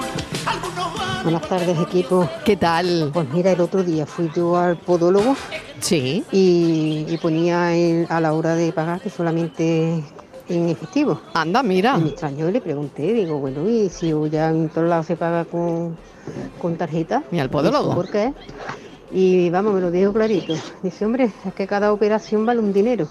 [SPEAKER 24] Buenas tardes, equipo.
[SPEAKER 1] ¿Qué tal?
[SPEAKER 24] Pues mira, el otro día fui yo al podólogo.
[SPEAKER 1] Sí.
[SPEAKER 24] Y, y ponía en- a la hora de pagar que solamente en efectivo.
[SPEAKER 1] Anda, mira.
[SPEAKER 24] Y me extrañó y le pregunté, digo, bueno, ¿y si ya en todos lados se paga con, con tarjeta?
[SPEAKER 1] Mira, el podólogo.
[SPEAKER 24] Dijo, ¿Por qué? Y vamos, me lo dijo clarito.
[SPEAKER 20] Pues
[SPEAKER 24] Dice, hombre, es que cada operación vale un dinero.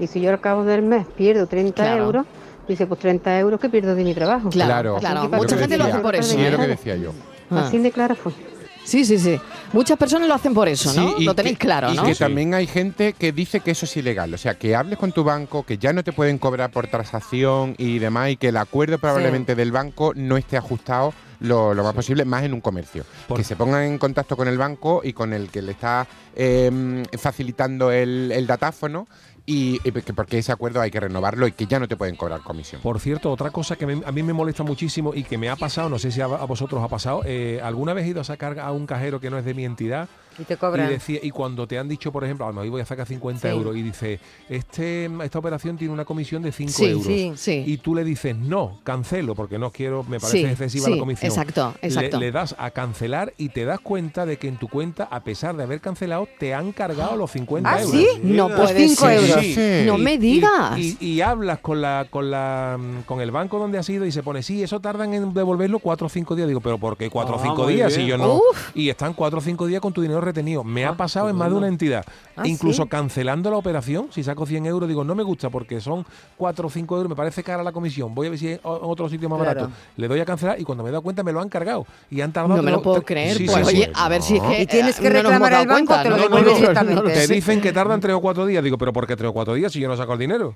[SPEAKER 24] Y si yo al cabo del mes pierdo 30
[SPEAKER 1] Claro.
[SPEAKER 24] euros, dice, pues 30 euros que pierdo de mi trabajo.
[SPEAKER 3] Claro,
[SPEAKER 24] Así
[SPEAKER 1] claro.
[SPEAKER 24] que para
[SPEAKER 1] Mucha
[SPEAKER 24] mí
[SPEAKER 1] gente lo
[SPEAKER 24] es
[SPEAKER 1] hace por
[SPEAKER 24] una
[SPEAKER 1] eso.
[SPEAKER 24] tarjeta.
[SPEAKER 3] Sí, es lo que decía yo.
[SPEAKER 24] Así de clara fue.
[SPEAKER 1] Ah. Sí, sí, sí. Muchas personas lo hacen por eso, ¿no?
[SPEAKER 3] Sí, y
[SPEAKER 1] lo tenéis
[SPEAKER 3] que-
[SPEAKER 1] claro,
[SPEAKER 3] y
[SPEAKER 1] ¿no?
[SPEAKER 3] que también hay gente que dice que eso es ilegal. O sea, que hables con tu banco, que ya no te pueden cobrar por transacción y demás, y que el acuerdo probablemente del banco no esté ajustado lo, lo más posible, más en un comercio. Que se pongan en contacto con el banco y con el que le está eh, facilitando el, el datáfono. Y, y que- porque ese acuerdo hay que renovarlo y que ya no te pueden cobrar comisión.
[SPEAKER 1] Pues
[SPEAKER 6] Por cierto, otra cosa que me- a mí me molesta muchísimo y que me ha pasado, no sé si a, a vosotros ha pasado, eh, ¿alguna vez he ido a sacar a un cajero que no es de mi entidad?
[SPEAKER 5] Y te cobran.
[SPEAKER 6] Y, decía- y cuando te han dicho, por ejemplo, a lo mejor voy a sacar 50
[SPEAKER 5] Sí.
[SPEAKER 6] euros y dice, este, esta operación tiene una comisión de 5
[SPEAKER 1] Sí,
[SPEAKER 6] euros.
[SPEAKER 1] sí, sí.
[SPEAKER 6] Y tú le dices, no, cancelo porque no quiero, me parece
[SPEAKER 1] Sí,
[SPEAKER 6] excesiva
[SPEAKER 1] sí,
[SPEAKER 6] la comisión.
[SPEAKER 1] exacto,
[SPEAKER 6] Le-
[SPEAKER 1] exacto.
[SPEAKER 6] Le, das a cancelar y te das cuenta de que en tu cuenta, a pesar de haber cancelado, te han cargado los 50
[SPEAKER 1] ¿Ah,
[SPEAKER 6] euros.
[SPEAKER 1] sí? No Los puede cinco ser. euros. No me
[SPEAKER 6] Y- y-
[SPEAKER 1] digas.
[SPEAKER 6] y- y hablas con la con la mm, con el banco donde has ido y se pone sí eso tardan en devolverlo cuatro o cinco días digo pero por qué cuatro o
[SPEAKER 5] Ah,
[SPEAKER 6] cinco
[SPEAKER 5] muy
[SPEAKER 6] días
[SPEAKER 5] bien.
[SPEAKER 6] si yo no
[SPEAKER 5] Uf.
[SPEAKER 6] y están cuatro o cinco días con tu dinero retenido me
[SPEAKER 1] Ah,
[SPEAKER 6] ha pasado en más de una entidad
[SPEAKER 5] Ah,
[SPEAKER 6] incluso
[SPEAKER 5] sí.
[SPEAKER 6] cancelando la operación si saco 100 euros digo no me gusta porque son cuatro o cinco euros me parece cara la comisión voy a ver si hay o- otro sitio más
[SPEAKER 1] Claro.
[SPEAKER 6] barato le doy a cancelar y cuando me he dado cuenta me lo han cargado y han tardado
[SPEAKER 1] No me lo
[SPEAKER 6] tre-
[SPEAKER 1] puedo
[SPEAKER 6] tre-
[SPEAKER 1] creer,
[SPEAKER 6] Sí,
[SPEAKER 1] pues,
[SPEAKER 6] sí,
[SPEAKER 1] oye,
[SPEAKER 6] sí.
[SPEAKER 1] a ver si es que,
[SPEAKER 5] Y tienes
[SPEAKER 1] eh,
[SPEAKER 5] que
[SPEAKER 1] no nos hemos
[SPEAKER 5] reclamar
[SPEAKER 1] dado
[SPEAKER 5] al banco,
[SPEAKER 1] cuenta,
[SPEAKER 5] te lo
[SPEAKER 1] ¿no?
[SPEAKER 5] devuelve directamente.
[SPEAKER 6] te dicen que tardan tres o cuatro días digo pero por qué tres o cuatro días si yo no saco el dinero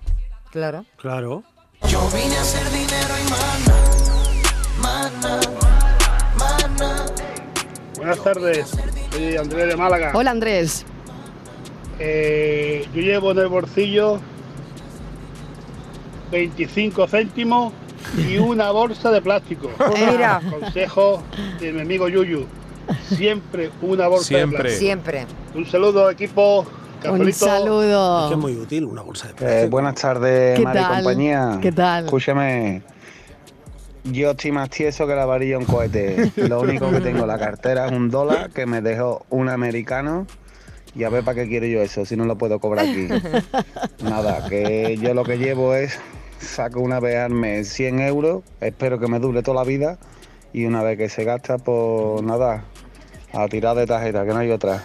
[SPEAKER 5] Claro.
[SPEAKER 4] Claro.
[SPEAKER 25] Yo vine a hacer dinero y mana, mana, mana.
[SPEAKER 26] Buenas tardes, soy Andrés de Málaga.
[SPEAKER 1] Hola Andrés.
[SPEAKER 26] Eh, yo llevo en el bolsillo 25 céntimos y una bolsa de plástico.
[SPEAKER 5] mira.
[SPEAKER 26] Consejo de mi amigo Yuyu. Siempre una bolsa
[SPEAKER 11] Siempre.
[SPEAKER 26] de plástico.
[SPEAKER 5] Siempre.
[SPEAKER 26] Un saludo, equipo.
[SPEAKER 1] Un
[SPEAKER 26] Cafelito.
[SPEAKER 1] saludo.
[SPEAKER 4] útil una bolsa de
[SPEAKER 2] Eh, buenas tardes,
[SPEAKER 1] ¿Qué
[SPEAKER 2] Mari y
[SPEAKER 1] tal?
[SPEAKER 2] compañía.
[SPEAKER 1] ¿Qué tal?
[SPEAKER 2] Escúchame. Yo estoy más tieso que la varilla de un cohete. Lo único que tengo en la cartera es un dólar que me dejó un americano. Y a ver para qué quiero yo eso, si no lo puedo cobrar aquí. Nada, que yo lo que llevo es, saco una vez al mes 100 euros, espero que me dure toda la vida. Y una vez que se gasta, pues nada, a tirar de tarjeta, que no hay otra.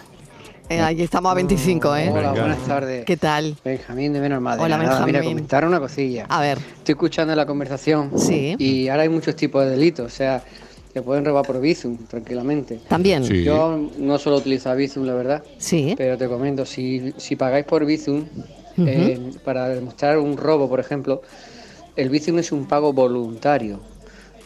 [SPEAKER 1] Eh, ahí estamos a 25, ¿eh?
[SPEAKER 19] Hola, buenas tardes.
[SPEAKER 1] ¿Qué tal?
[SPEAKER 19] Benjamín de Menos Madre.
[SPEAKER 1] Hola,
[SPEAKER 19] Nada, Mira,
[SPEAKER 1] Benjamín.
[SPEAKER 19] comentar una cosilla.
[SPEAKER 1] A ver.
[SPEAKER 19] Estoy escuchando la conversación.
[SPEAKER 1] Sí.
[SPEAKER 19] Y ahora hay muchos tipos de delitos. O sea, te pueden robar por Bizum tranquilamente.
[SPEAKER 1] También. Sí.
[SPEAKER 19] Yo no suelo utilizar Bizum, la verdad.
[SPEAKER 1] Sí.
[SPEAKER 19] Pero te comento, si, si pagáis por Bizum,
[SPEAKER 1] Ujú.
[SPEAKER 19] eh, para demostrar un robo, por ejemplo, el Bizum es un pago voluntario.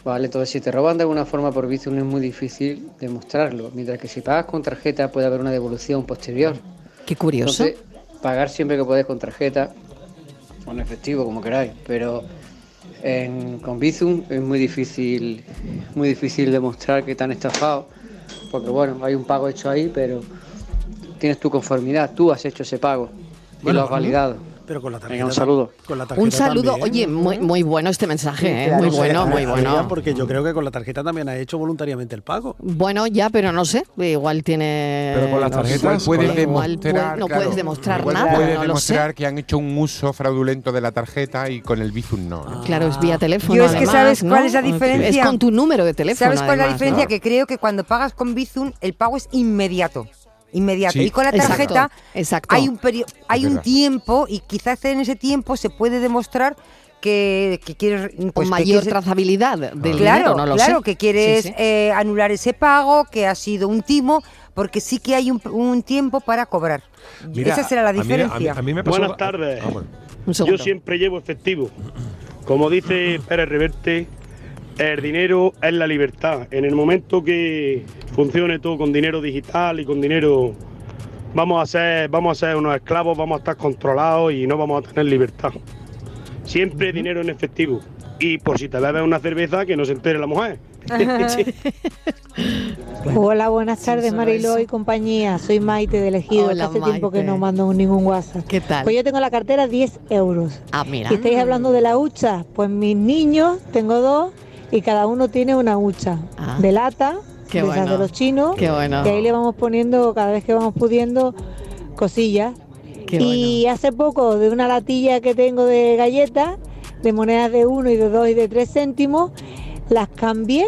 [SPEAKER 19] Vale, entonces si te roban de alguna forma por Bizum es muy difícil demostrarlo, mientras que si pagas con tarjeta puede haber una devolución posterior.
[SPEAKER 1] Qué curioso.
[SPEAKER 19] Entonces, pagar siempre que podéis con tarjeta o en efectivo, como queráis, pero en- con Bizum es muy difícil, muy difícil demostrar que te han estafado, porque bueno, hay un pago hecho ahí, pero tienes tu conformidad, tú has hecho ese pago y
[SPEAKER 4] Bueno,
[SPEAKER 19] lo has validado.
[SPEAKER 4] Pero con la tarjeta.
[SPEAKER 19] Venga, un saludo.
[SPEAKER 4] Con la tarjeta
[SPEAKER 1] Un saludo.
[SPEAKER 4] también.
[SPEAKER 1] Oye, muy, muy bueno este mensaje, ¿eh?
[SPEAKER 4] Claro,
[SPEAKER 1] muy
[SPEAKER 4] sí,
[SPEAKER 1] bueno,
[SPEAKER 4] claro,
[SPEAKER 1] muy
[SPEAKER 4] claro,
[SPEAKER 1] bueno.
[SPEAKER 4] Porque yo creo que con la tarjeta también ha hecho voluntariamente el pago.
[SPEAKER 1] Bueno, ya, pero no sé. Igual tiene.
[SPEAKER 4] Pero con las
[SPEAKER 1] no sé,
[SPEAKER 4] tarjetas
[SPEAKER 3] puedes
[SPEAKER 1] igual puede-
[SPEAKER 3] demostrar,
[SPEAKER 1] no
[SPEAKER 3] claro,
[SPEAKER 1] puedes demostrar
[SPEAKER 3] igual
[SPEAKER 1] nada.
[SPEAKER 3] Puedes
[SPEAKER 1] no lo sé.
[SPEAKER 3] demostrar que han hecho un uso fraudulento de la tarjeta y con el Bizum no. ¿no?
[SPEAKER 1] Claro, es vía teléfono.
[SPEAKER 5] Yo es que
[SPEAKER 1] además,
[SPEAKER 5] ¿sabes
[SPEAKER 1] ¿no?
[SPEAKER 5] cuál es la
[SPEAKER 1] Ok.
[SPEAKER 5] diferencia?
[SPEAKER 1] Es con tu número de teléfono.
[SPEAKER 5] ¿Sabes cuál es la
[SPEAKER 1] además,
[SPEAKER 5] diferencia?
[SPEAKER 1] ¿no?
[SPEAKER 5] Que creo que cuando pagas con Bizum, el pago es inmediato. Inmediato.
[SPEAKER 1] Sí.
[SPEAKER 5] Y con la
[SPEAKER 1] Exacto,
[SPEAKER 5] tarjeta
[SPEAKER 1] exacto.
[SPEAKER 5] hay un perio- hay un
[SPEAKER 1] verdad.
[SPEAKER 5] tiempo y quizás en ese tiempo se puede demostrar que, que quieres
[SPEAKER 1] Con
[SPEAKER 5] pues, que
[SPEAKER 1] mayor
[SPEAKER 5] quieres-
[SPEAKER 1] trazabilidad del
[SPEAKER 5] claro,
[SPEAKER 1] dinero, no lo sé.
[SPEAKER 5] claro, que quieres
[SPEAKER 1] Sí, sí.
[SPEAKER 5] eh, anular ese pago, que ha sido un timo, porque sí que hay un, un tiempo para cobrar.
[SPEAKER 11] Mira,
[SPEAKER 5] Esa será la
[SPEAKER 11] a mí- a mí-
[SPEAKER 5] diferencia.
[SPEAKER 11] a mí me pasó-
[SPEAKER 26] Buenas tardes.
[SPEAKER 11] Ah, bueno.
[SPEAKER 26] Yo siempre llevo efectivo. Como dice Pérez Reverte, el dinero es la libertad. En el momento que funcione todo con dinero digital y con dinero, vamos a ser, vamos a ser unos esclavos, vamos a estar controlados y no vamos a tener libertad. Siempre dinero en efectivo. Y por si te bebes una cerveza, que no se entere la mujer.
[SPEAKER 8] Hola, buenas tardes, solo Mariló y compañía. Soy Maite de Elegido. Hola, Hace tiempo que Maite. no mando ningún WhatsApp.
[SPEAKER 1] ¿Qué tal?
[SPEAKER 8] Pues yo tengo en la cartera 10 euros.
[SPEAKER 1] Ah, mira.
[SPEAKER 8] Y estáis hablando de la hucha. Pues mis niños, tengo dos, y cada uno tiene una hucha
[SPEAKER 1] Ah.
[SPEAKER 8] de lata,
[SPEAKER 1] Qué
[SPEAKER 8] de esas
[SPEAKER 1] bueno.
[SPEAKER 8] de los chinos.
[SPEAKER 1] Qué bueno.
[SPEAKER 8] Y ahí le vamos poniendo, cada vez que vamos pudiendo, cosillas.
[SPEAKER 1] Qué
[SPEAKER 8] y hace poco, de una latilla que tengo de galletas, de monedas de 1 y de 2 y de 3 céntimos, las cambié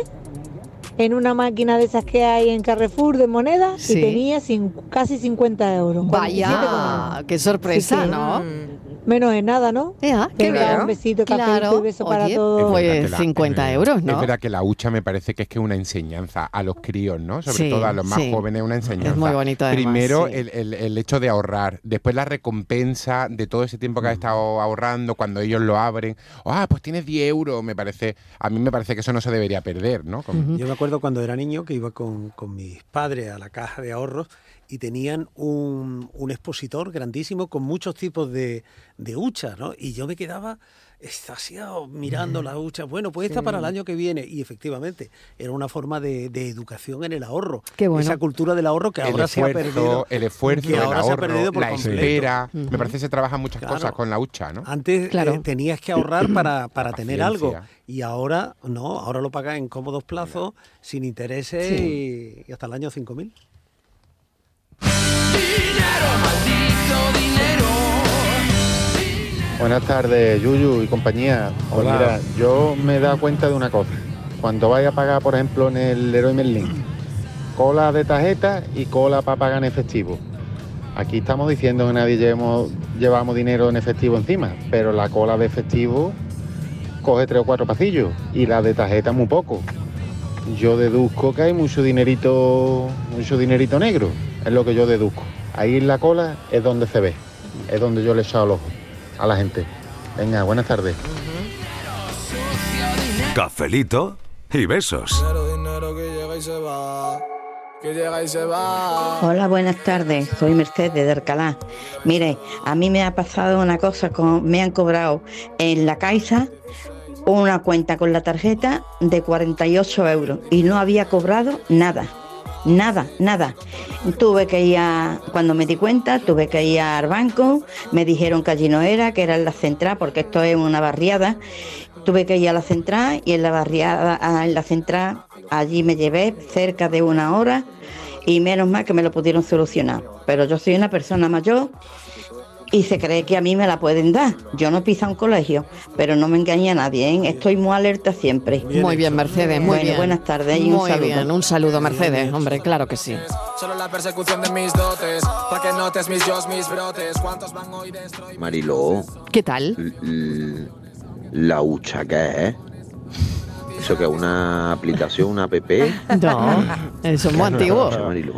[SPEAKER 8] en una máquina de esas que hay en Carrefour de monedas
[SPEAKER 1] Sí.
[SPEAKER 8] y tenía cin- casi 50 euros. 47,90.
[SPEAKER 1] Vaya, qué sorpresa,
[SPEAKER 8] Así que,
[SPEAKER 1] ¿no?
[SPEAKER 8] Menos es nada, ¿no?
[SPEAKER 1] qué
[SPEAKER 8] Venga,
[SPEAKER 1] bien.
[SPEAKER 8] un besito, cafelito
[SPEAKER 1] Claro,
[SPEAKER 8] y beso para
[SPEAKER 1] oye,
[SPEAKER 8] todos.
[SPEAKER 1] pues,
[SPEAKER 3] verdad que la- eh,
[SPEAKER 1] 50 euros, ¿no?
[SPEAKER 3] Es verdad que la hucha me parece que es que es una enseñanza a los críos, ¿no? Sobre
[SPEAKER 1] Sí,
[SPEAKER 3] todo a los más
[SPEAKER 1] sí.
[SPEAKER 3] jóvenes, una enseñanza.
[SPEAKER 1] Es muy bonito, además,
[SPEAKER 3] Primero
[SPEAKER 1] sí.
[SPEAKER 3] el, el- el hecho de ahorrar, después la recompensa de todo ese tiempo que has
[SPEAKER 1] Mm.
[SPEAKER 3] estado ahorrando, cuando ellos lo abren. Ah, pues tienes 10 euros, me parece. A mí me parece que eso no se debería perder, ¿no? Con-
[SPEAKER 4] Yo me acuerdo cuando era niño que iba con, con mis padres a la caja de ahorros y tenían un, un expositor grandísimo con muchos tipos de, de huchas, ¿no? Y yo me quedaba extasiado mirando las huchas. Bueno, pues esta
[SPEAKER 1] Sí.
[SPEAKER 4] para el año que viene. Y efectivamente, era una forma de, de educación en el ahorro.
[SPEAKER 1] Qué bueno.
[SPEAKER 4] Esa cultura del ahorro que
[SPEAKER 3] el
[SPEAKER 4] ahora se ha
[SPEAKER 3] esfuerzo,
[SPEAKER 4] perdido.
[SPEAKER 3] el esfuerzo,
[SPEAKER 4] que
[SPEAKER 3] el
[SPEAKER 4] ahora se ha
[SPEAKER 3] ahorro,
[SPEAKER 4] perdido por
[SPEAKER 3] la
[SPEAKER 4] completo.
[SPEAKER 3] espera.
[SPEAKER 4] Ujú.
[SPEAKER 3] Me parece que se trabajan muchas cosas con la hucha, ¿no?
[SPEAKER 4] Antes eh,
[SPEAKER 3] Claro.
[SPEAKER 4] tenías que ahorrar para, para
[SPEAKER 3] La
[SPEAKER 4] tener algo
[SPEAKER 3] paciencia.
[SPEAKER 4] y ahora no, ahora lo pagas en cómodos plazos, sin intereses
[SPEAKER 1] Sí.
[SPEAKER 4] y, y hasta el año 5000.
[SPEAKER 27] Buenas tardes, Yuyu y compañía. Pues
[SPEAKER 11] Hola.
[SPEAKER 27] mira, yo me he dado cuenta de una cosa. Cuando vaya a pagar, por ejemplo, en el Leroy Merlin, cola de tarjeta y cola para pagar en efectivo. Aquí estamos diciendo que nadie llevemos- llevamos dinero en efectivo encima, pero la cola de efectivo coge tres o cuatro pasillos y la de tarjeta muy poco. Yo deduzco que hay mucho dinerito, mucho dinerito negro, es lo que yo deduzco. Ahí en la cola es donde se ve, es donde yo le he echado el ojo a la gente.
[SPEAKER 9] Venga, buenas tardes.
[SPEAKER 7] Cafelito y besos.
[SPEAKER 10] Hola, buenas tardes. Soy Mercedes de Alcalá. Mire, a mí me ha pasado una cosa, con, me han cobrado en la Caixa una cuenta con la tarjeta de 48 euros y no había cobrado nada. Nada, nada. Tuve que ir a, cuando me di cuenta, tuve que ir al banco, me dijeron que allí no era, que era en la central, porque esto es una barriada. Tuve que ir a la central y en la barriada, a- en la central, allí me llevé cerca de una hora y menos mal que me lo pudieron solucionar. Pero yo soy una persona mayor y se cree que a mí me la pueden dar. Yo no pisa un colegio, pero no me engaña nadie, ¿eh? Estoy muy alerta siempre.
[SPEAKER 1] Muy bien, Mercedes, muy
[SPEAKER 10] Bueno,
[SPEAKER 1] bien.
[SPEAKER 10] buenas tardes y un
[SPEAKER 1] muy
[SPEAKER 10] saludo.
[SPEAKER 1] bien, un saludo, Mercedes. Hombre, claro que sí.
[SPEAKER 12] Solo la persecución de mis dotes, para que notes mis dios, mis brotes. ¿Cuántos van hoy de
[SPEAKER 14] Mariló.
[SPEAKER 1] ¿Qué tal?
[SPEAKER 14] l- La hucha que es. Eso que es una aplicación, una app.
[SPEAKER 1] Ah, No, eso es muy antiguo.
[SPEAKER 14] Hucha, Mariló.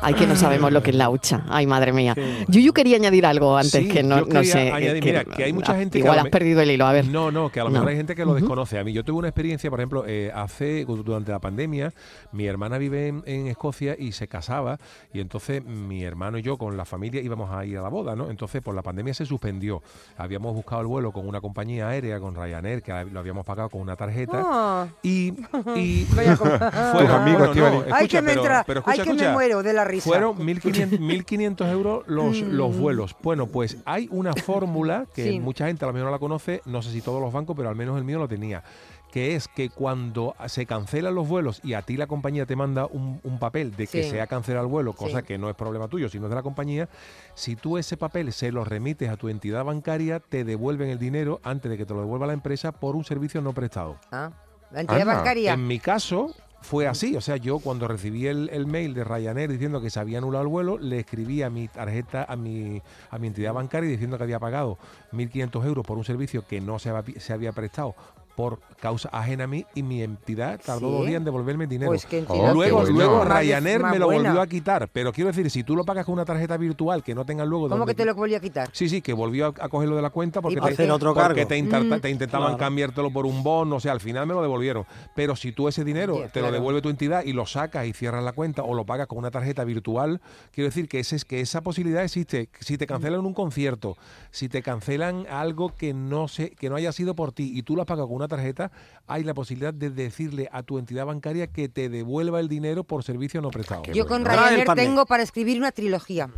[SPEAKER 1] Ay, que no sabemos lo que es la hucha. Ay, madre mía. Yuyu quería añadir algo antes
[SPEAKER 6] Sí,
[SPEAKER 1] que no,
[SPEAKER 6] yo
[SPEAKER 1] no
[SPEAKER 6] quería
[SPEAKER 1] sé. eh,
[SPEAKER 6] añadir,
[SPEAKER 1] que- ah,
[SPEAKER 6] mira, que hay mucha gente que
[SPEAKER 1] Igual
[SPEAKER 6] a lo
[SPEAKER 1] has
[SPEAKER 6] me-
[SPEAKER 1] perdido el hilo, a ver.
[SPEAKER 6] No, no, que a lo
[SPEAKER 1] No.
[SPEAKER 6] mejor hay gente que lo
[SPEAKER 1] Ujú.
[SPEAKER 6] desconoce. A mí, yo tuve una experiencia, por ejemplo, eh, hace durante la pandemia, mi hermana vive en, en Escocia y se casaba, y entonces mi hermano y yo con la familia íbamos a ir a la boda, ¿no? Entonces, por la pandemia se suspendió. Habíamos buscado el vuelo con una compañía aérea, con Ryanair, que lo habíamos pagado con una tarjeta. Y, y
[SPEAKER 5] Oh. Vaya con-
[SPEAKER 6] fueron- bueno, no, escucha,
[SPEAKER 5] Ay, que me
[SPEAKER 6] pero-
[SPEAKER 5] entra,
[SPEAKER 6] pero
[SPEAKER 5] ay,
[SPEAKER 6] escucha,
[SPEAKER 5] que
[SPEAKER 6] escucha.
[SPEAKER 5] me muero de la risa.
[SPEAKER 6] Fueron 1.500 1.500 euros los,
[SPEAKER 5] Mm.
[SPEAKER 6] los vuelos. Bueno, pues hay una fórmula que
[SPEAKER 5] Sí.
[SPEAKER 6] mucha gente a lo mejor no la conoce, no sé si todos los bancos, pero al menos el mío lo tenía, que es que cuando se cancelan los vuelos y a ti la compañía te manda un, un papel de que
[SPEAKER 5] Sí.
[SPEAKER 6] se ha cancelado el vuelo, cosa
[SPEAKER 5] Sí.
[SPEAKER 6] que no es problema tuyo, sino de la compañía, si tú ese papel se lo remites a tu entidad bancaria, te devuelven el dinero antes de que te lo devuelva la empresa por un servicio no prestado.
[SPEAKER 5] Ah, la entidad
[SPEAKER 6] Anda.
[SPEAKER 5] bancaria.
[SPEAKER 6] En mi caso fue así, o sea, yo cuando recibí el, el mail de Ryanair diciendo que se había anulado el vuelo, le escribí a mi tarjeta, a mi, a mi entidad bancaria diciendo que había pagado 1.500 euros por un servicio que no se había, se había prestado por causa ajena a mí y mi entidad tardó
[SPEAKER 5] Sí.
[SPEAKER 6] dos días en devolverme el dinero.
[SPEAKER 5] Pues qué entidad
[SPEAKER 6] luego,
[SPEAKER 5] más-
[SPEAKER 6] luego
[SPEAKER 5] más
[SPEAKER 6] Ryanair me lo
[SPEAKER 5] buena.
[SPEAKER 6] volvió a quitar, pero quiero decir, si tú lo pagas con una tarjeta virtual que no tenga luego...
[SPEAKER 5] ¿Cómo
[SPEAKER 6] donde-
[SPEAKER 5] que te lo volví a quitar?
[SPEAKER 6] Sí, sí, que volvió a, a cogerlo de la cuenta porque,
[SPEAKER 5] ¿Y por
[SPEAKER 6] te,
[SPEAKER 5] Hacer qué? otro
[SPEAKER 6] porque
[SPEAKER 5] cargo.
[SPEAKER 6] te, intar-
[SPEAKER 5] Mm.
[SPEAKER 6] te intentaban
[SPEAKER 5] Claro.
[SPEAKER 6] cambiártelo por un bono, o sea, al final me lo devolvieron. Pero si tú ese dinero
[SPEAKER 5] Ya,
[SPEAKER 6] te lo
[SPEAKER 5] claro.
[SPEAKER 6] devuelve tu entidad y lo sacas y cierras la cuenta o lo pagas con una tarjeta virtual, quiero decir que, ese, es- que esa posibilidad existe. Si te cancelan un concierto, si te cancelan algo que no, se, que no haya sido por ti y tú lo has pagado con una tarjeta, hay la posibilidad de decirle a tu entidad bancaria que te devuelva el dinero por servicio no prestado.
[SPEAKER 5] Yo con Ryanair tengo para escribir una trilogía.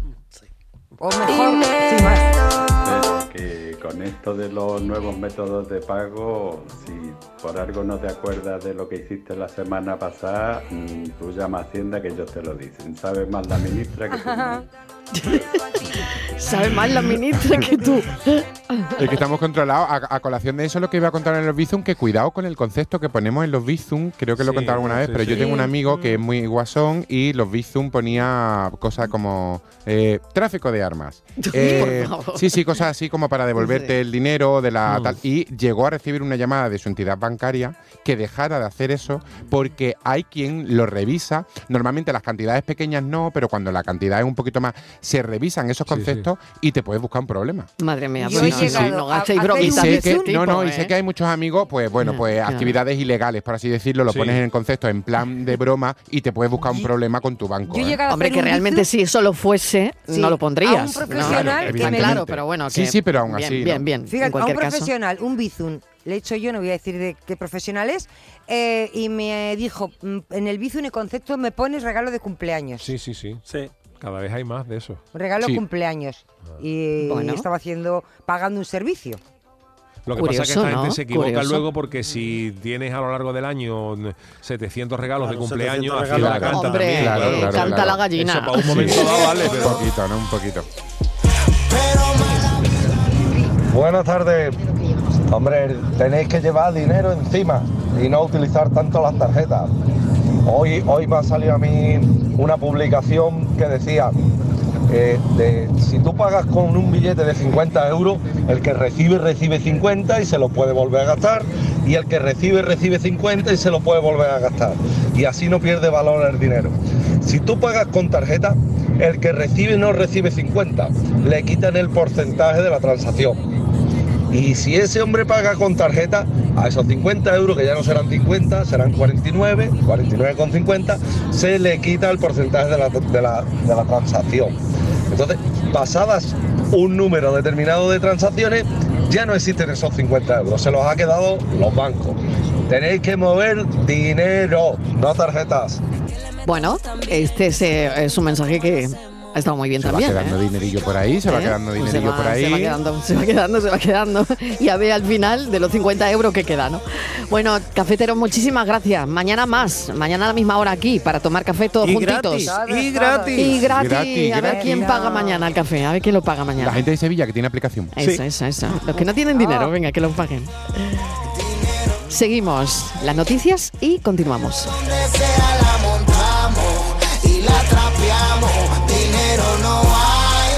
[SPEAKER 5] O mejor,
[SPEAKER 10] Dinero.
[SPEAKER 5] sin más.
[SPEAKER 15] Pero que con esto de los nuevos métodos de pago, si por algo no te acuerdas de lo que hiciste la semana pasada, mm, tú llama a Hacienda que ellos te lo dicen. Sabes más la ministra que tú mismo.
[SPEAKER 1] Sabe más la ministra que tú.
[SPEAKER 3] El que estamos controlados, a, a colación de eso lo que iba a contar en los Bizum, que cuidado con el concepto que ponemos en los Bizum, creo que lo he
[SPEAKER 6] Sí,
[SPEAKER 3] contado alguna vez,
[SPEAKER 6] sí,
[SPEAKER 3] pero yo
[SPEAKER 6] sí. Mm.
[SPEAKER 3] tengo un amigo que es muy guasón y los Bizum ponía cosas como eh, tráfico de armas. Eh,
[SPEAKER 6] por favor.
[SPEAKER 3] sí, sí, cosas así como para devolverte el dinero de la
[SPEAKER 6] Mm.
[SPEAKER 3] tal. Y llegó a recibir una llamada de su entidad bancaria que dejara de hacer eso porque hay quien lo revisa. Normalmente las cantidades pequeñas no, pero cuando la cantidad es un poquito más, se revisan esos conceptos y te puedes buscar un problema.
[SPEAKER 1] Madre mía,
[SPEAKER 3] Yo
[SPEAKER 1] pues
[SPEAKER 3] he
[SPEAKER 1] nada,
[SPEAKER 3] llegado
[SPEAKER 1] no
[SPEAKER 3] a-
[SPEAKER 1] gastéis
[SPEAKER 3] a hacer un
[SPEAKER 1] bromitas de
[SPEAKER 3] bizum.
[SPEAKER 1] este tipo,
[SPEAKER 3] No, no, y
[SPEAKER 1] ¿eh?
[SPEAKER 3] sé que hay muchos amigos, pues bueno, pues
[SPEAKER 1] claro.
[SPEAKER 3] actividades ilegales, por así decirlo, lo
[SPEAKER 6] Sí.
[SPEAKER 3] pones en concepto en plan de broma y te puedes buscar un problema con tu banco.
[SPEAKER 5] yo
[SPEAKER 3] ¿eh?
[SPEAKER 5] he llegado a
[SPEAKER 1] Hombre,
[SPEAKER 5] hacer
[SPEAKER 1] que
[SPEAKER 5] un
[SPEAKER 1] realmente si eso lo fuese,
[SPEAKER 5] Sí,
[SPEAKER 1] no
[SPEAKER 5] a
[SPEAKER 1] lo
[SPEAKER 5] un
[SPEAKER 1] pondrías. ¿no?
[SPEAKER 5] profesional
[SPEAKER 1] Claro,
[SPEAKER 5] que me-
[SPEAKER 1] evidentemente. claro, pero bueno.
[SPEAKER 3] Sí,
[SPEAKER 1] que-
[SPEAKER 3] sí, pero aún
[SPEAKER 1] bien,
[SPEAKER 3] así, ¿no?
[SPEAKER 1] Bien, bien,
[SPEAKER 5] Fíjate,
[SPEAKER 1] en
[SPEAKER 5] a un
[SPEAKER 1] cualquier caso.
[SPEAKER 5] profesional, un bizun, le he hecho yo, no voy a decir de qué profesional es, eh, y me dijo, "Mm, en el bizun y concepto me pones regalo de cumpleaños.
[SPEAKER 6] Sí, sí, sí. Cada vez hay más de eso.
[SPEAKER 5] Regalo cumpleaños.
[SPEAKER 3] Ah.
[SPEAKER 5] Y
[SPEAKER 6] Bueno.
[SPEAKER 5] estaba haciendo, pagando un servicio.
[SPEAKER 6] Lo que pasa es que
[SPEAKER 5] Curioso,
[SPEAKER 6] esta gente
[SPEAKER 5] ¿no?
[SPEAKER 6] se equivoca
[SPEAKER 5] Curioso.
[SPEAKER 6] luego porque si tienes a lo largo del año mm, 700 regalos de
[SPEAKER 5] Claro,
[SPEAKER 6] cumpleaños,
[SPEAKER 5] 700
[SPEAKER 6] Hacienda
[SPEAKER 5] regalos.
[SPEAKER 6] canta
[SPEAKER 5] Hombre,
[SPEAKER 6] también.
[SPEAKER 5] Claro, eh, claro, canta claro. la gallina.
[SPEAKER 6] Eso para un momento dado vale, pero...
[SPEAKER 3] Ah, Un poquito, ¿no? Un poquito.
[SPEAKER 28] Buenas tardes. Hombre, tenéis que llevar dinero encima y no utilizar tanto las tarjetas. Hoy, hoy me ha salido a mí una publicación que decía, eh, de- si tú pagas con un billete de 50 euros, el que recibe recibe 50 y se lo puede volver a gastar, y el que recibe recibe 50 y se lo puede volver a gastar. Y así no pierde valor el dinero. Si tú pagas con tarjeta, el que recibe no recibe 50, le quitan el porcentaje de la transacción. Y si ese hombre paga con tarjeta, a esos 50 euros, que ya no serán 50, serán 49, 49,50, se le quita el porcentaje de la, de la- de la transacción. Entonces, pasadas un número determinado de transacciones, ya no existen esos 50 euros, se los ha quedado los bancos. Tenéis que mover dinero, no tarjetas.
[SPEAKER 1] Bueno, este es, eh, es un mensaje que ha estado muy bien
[SPEAKER 3] Se va
[SPEAKER 1] también.
[SPEAKER 3] quedando
[SPEAKER 1] ¿eh?
[SPEAKER 3] dinerillo por ahí, se va
[SPEAKER 1] ¿Eh?
[SPEAKER 3] quedando
[SPEAKER 1] Pues
[SPEAKER 3] dinerillo
[SPEAKER 1] se va-
[SPEAKER 3] por ahí.
[SPEAKER 1] Se va quedando, se va quedando, se va quedando. Y a ver al final de los 50 euros que queda, ¿no? Bueno, cafeteros, muchísimas gracias. Mañana más, mañana a la misma hora aquí para tomar café todos
[SPEAKER 4] Y
[SPEAKER 1] juntitos.
[SPEAKER 4] gratis, y gratis.
[SPEAKER 1] Y gratis.
[SPEAKER 3] Gratis,
[SPEAKER 1] A ver
[SPEAKER 3] gratis.
[SPEAKER 1] quién paga mañana el café, a ver quién lo paga
[SPEAKER 3] La
[SPEAKER 1] mañana.
[SPEAKER 3] gente de Sevilla que tiene aplicación.
[SPEAKER 1] Eso, eso, eso. Los que no tienen
[SPEAKER 4] Ah.
[SPEAKER 1] dinero, venga, que lo paguen. Seguimos las noticias y continuamos.
[SPEAKER 13] la montamos y la trapeamos. Dinero no hay,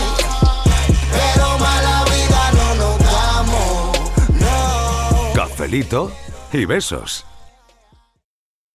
[SPEAKER 13] pero mala vida no nos damos.
[SPEAKER 7] Cafelito y besos.